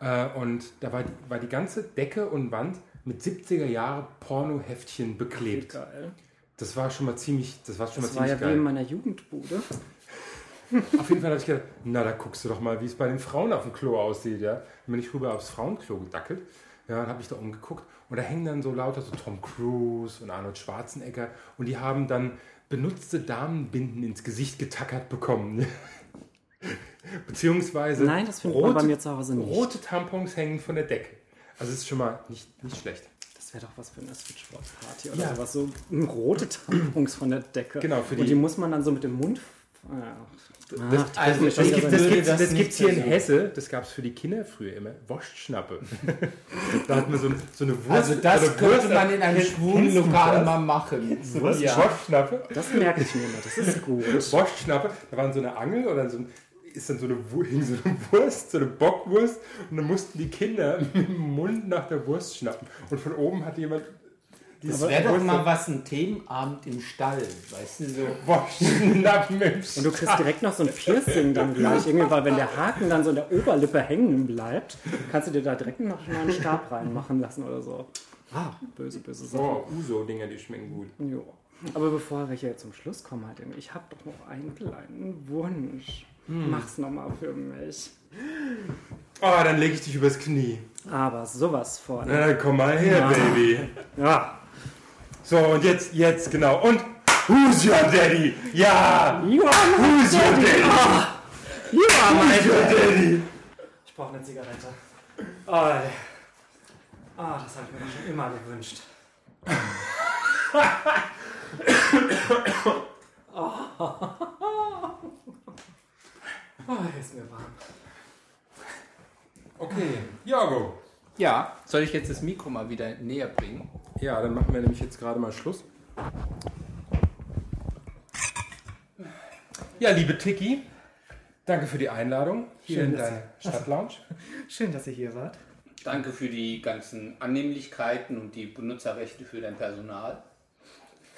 [SPEAKER 1] Äh, und da war, war die ganze Decke und Wand mit 70er Jahre Pornoheftchen beklebt.
[SPEAKER 4] Geil.
[SPEAKER 1] Das war schon mal ziemlich, das war schon
[SPEAKER 4] Das
[SPEAKER 1] mal
[SPEAKER 4] war
[SPEAKER 1] ziemlich
[SPEAKER 4] ja wie
[SPEAKER 1] geil.
[SPEAKER 4] in meiner Jugendbude.
[SPEAKER 1] Auf jeden Fall habe ich gedacht, na, da guckst du doch mal, wie es bei den Frauen auf dem Klo aussieht, ja. Dann bin ich rüber aufs Frauenklo gedackelt. Ja, dann habe ich da umgeguckt und da hängen dann so lauter so Tom Cruise und Arnold Schwarzenegger und die haben dann benutzte Damenbinden ins Gesicht getackert bekommen. ne? Beziehungsweise
[SPEAKER 4] Nein, das findet man bei mir zu Hause nicht.
[SPEAKER 1] rote Tampons hängen von der Decke. Also es ist schon mal nicht, nicht schlecht.
[SPEAKER 4] Das wäre doch was für eine Switchboard-Party oder
[SPEAKER 1] Ja.
[SPEAKER 4] sowas. So mm, rote Tampons von der Decke.
[SPEAKER 1] Genau, für die-
[SPEAKER 4] Und die muss man dann so mit dem Mund. ah, Ja.
[SPEAKER 1] Das,
[SPEAKER 2] also
[SPEAKER 1] das,
[SPEAKER 2] ich
[SPEAKER 1] gibt, das,
[SPEAKER 2] würde
[SPEAKER 1] gibt's,
[SPEAKER 2] das
[SPEAKER 1] das,
[SPEAKER 2] nicht
[SPEAKER 1] gibt's hier in
[SPEAKER 2] versuchen.
[SPEAKER 1] Hesse, das gab es für die Kinder früher immer, Wurstschnappe. da hat man so, so eine Wurst.
[SPEAKER 2] Also das
[SPEAKER 1] so eine
[SPEAKER 2] könnte
[SPEAKER 1] Wurst-
[SPEAKER 2] man in einem schwulen
[SPEAKER 1] Kennst du
[SPEAKER 2] Lokal
[SPEAKER 1] das?
[SPEAKER 2] mal machen. So,
[SPEAKER 1] Wurst-
[SPEAKER 2] ja.
[SPEAKER 1] Wurstschnappe.
[SPEAKER 4] Das merke ich mir immer, das ist gut.
[SPEAKER 1] Wurstschnappe, da waren so eine Angel oder so ein, ist dann so eine, Wu- hing so eine Wurst, so eine Bockwurst und dann mussten die Kinder mit dem Mund nach der Wurst schnappen. Und von oben hat jemand die
[SPEAKER 2] Das wäre doch mal was, ein Themenabend im Stall, weißt du, so.
[SPEAKER 1] Wurstschnappen im
[SPEAKER 4] Und du kriegst direkt noch so ein Piercing dann gleich. Irgendwie, weil wenn der Haken dann so in der Oberlippe hängen bleibt, kannst du dir da direkt noch mal einen Stab reinmachen lassen oder so. Ah, böse, böse Sache.
[SPEAKER 1] Oh, Uso-Dinger, die schmecken gut.
[SPEAKER 4] Jo. Aber bevor wir hier zum Schluss kommen, halt, irgendwie, ich habe doch noch einen kleinen Wunsch.
[SPEAKER 1] Hm.
[SPEAKER 4] Mach's nochmal für mich.
[SPEAKER 1] Oh, dann lege ich dich übers Knie.
[SPEAKER 4] Aber sowas von.
[SPEAKER 1] Na, komm mal her, Baby.
[SPEAKER 4] Ja.
[SPEAKER 1] So, und jetzt, jetzt, genau. Und who's your daddy? Ja!
[SPEAKER 4] You are my
[SPEAKER 1] Who's your daddy?
[SPEAKER 4] You are my
[SPEAKER 1] Who's your daddy?
[SPEAKER 4] Ich brauche eine Zigarette. Ah, ah das habe ich mir schon immer gewünscht. Ah. oh. oh, ist mir warm.
[SPEAKER 1] Okay, Jago.
[SPEAKER 2] Ja, soll ich jetzt das Mikro mal wieder näher bringen?
[SPEAKER 1] Ja, dann machen wir nämlich jetzt gerade mal Schluss. Ja, liebe Tiki, danke für die Einladung hier
[SPEAKER 4] Schön,
[SPEAKER 1] in
[SPEAKER 4] dass-
[SPEAKER 1] deine Stadtlounge.
[SPEAKER 4] Schön, dass ihr hier wart.
[SPEAKER 2] Danke für die ganzen Annehmlichkeiten und die Benutzerrechte für dein Personal.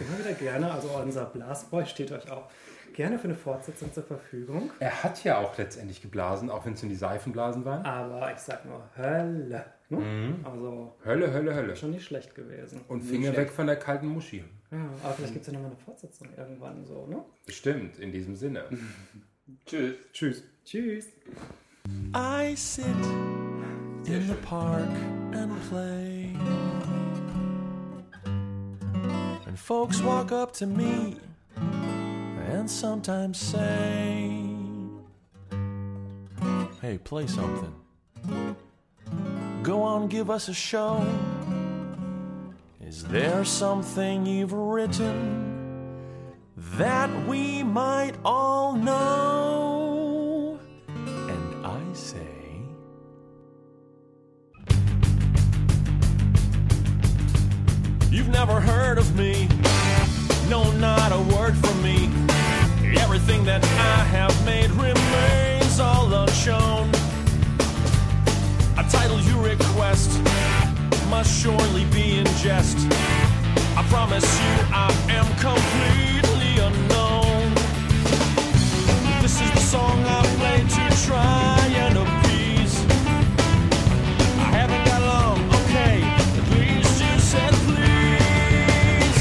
[SPEAKER 4] Immer wieder gerne. Also unser Blasboy steht euch auch gerne für eine Fortsetzung zur Verfügung.
[SPEAKER 1] Er hat ja auch letztendlich geblasen, auch wenn es nur die Seifenblasen waren.
[SPEAKER 4] Aber ich sag nur Hölle. Ne? Also
[SPEAKER 1] Hölle, Hölle, Hölle.
[SPEAKER 4] schon nicht schlecht gewesen.
[SPEAKER 1] Mhm. Und Finger weg von der kalten Muschi.
[SPEAKER 4] Ja, aber vielleicht gibt es ja nochmal eine Fortsetzung irgendwann so, ne?
[SPEAKER 1] Bestimmt, in diesem Sinne.
[SPEAKER 2] Tschüss.
[SPEAKER 1] Tschüss.
[SPEAKER 4] Tschüss.
[SPEAKER 3] I sit in the park and play. And folks walk up to me and sometimes say, Hey, play something. Go on, give us a show. Is there something you've written that we might all know? And I say, You've never heard of me. No, not a word from me. Everything that I have made remains all unshown. A title you request must surely be in jest. I promise you, I am completely unknown. This is the song I play to try and appease. I haven't got long, okay. Please just said please.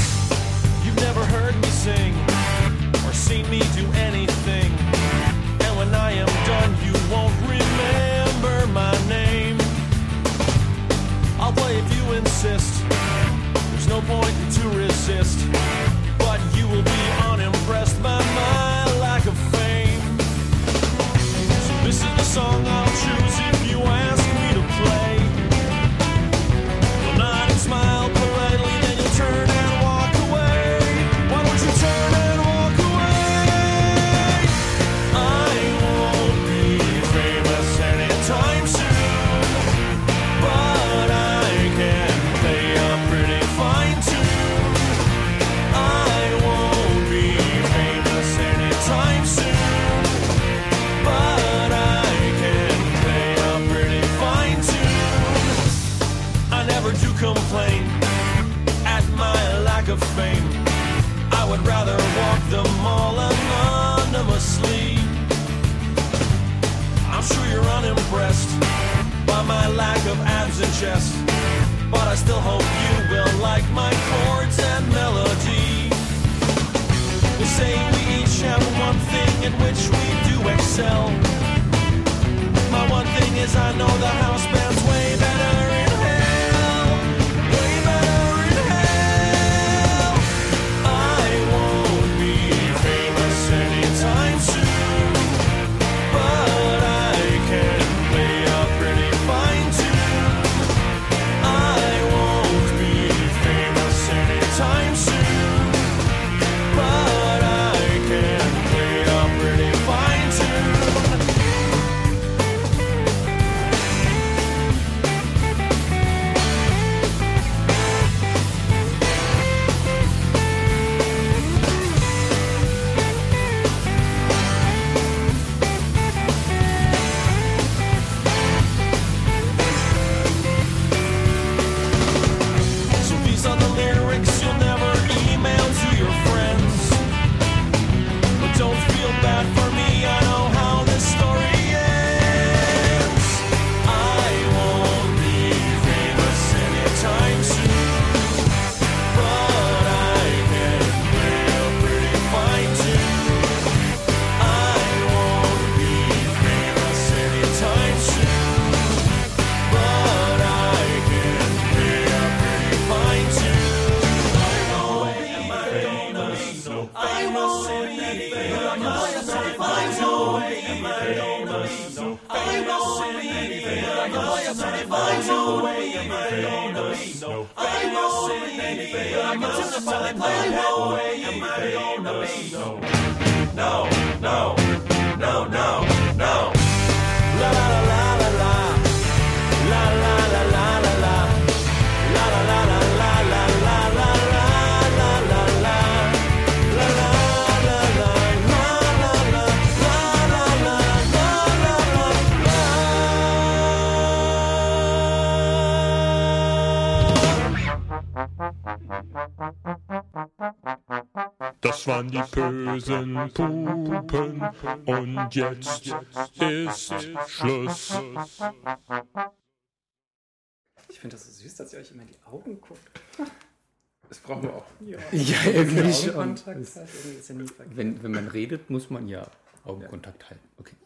[SPEAKER 3] You've never heard me sing or seen me do anything. And when I am done, you won't remember my name. I'll play if you insist. There's no point to resist. my lack of abs and chest. But I still hope you will like my chords and melody. They say we each have one thing in which we do excel. My one thing is I know the house band's way better in hell. Way better in hell. I won't be famous anytime soon. But I can play a pretty fine tune. I won't be famous anytime soon. But I can play a pretty fine tune. So these are the lyrics you'll never email to your friends. But don't feel bad for me, I know how this story ends. I won't be famous anytime soon. But I can play a pretty fine tune. I won't be famous anytime soon. But I can play a pretty fine tune. I won't be famous. I won't be famous. I won't be famous. I won't be famous. I won't be famous. I won't be famous. I won't be famous. No, no, no, no, no. La la la la la. La la la la la la. La la la la la la la la la la la la. La la la la la la la. La la la la la la la.
[SPEAKER 7] Das waren die bösen Pupen und jetzt ist Schluss.
[SPEAKER 4] Ich finde das so süß, dass ihr euch immer in die Augen guckt.
[SPEAKER 1] Das brauchen wir auch.
[SPEAKER 4] Ja,
[SPEAKER 2] Ja, irgendwie
[SPEAKER 4] Augenkontakt
[SPEAKER 2] schon.
[SPEAKER 4] hat, irgendwie ist ja nie verkehrt.
[SPEAKER 2] Wenn, wenn man redet, muss man ja Augenkontakt halten. Okay.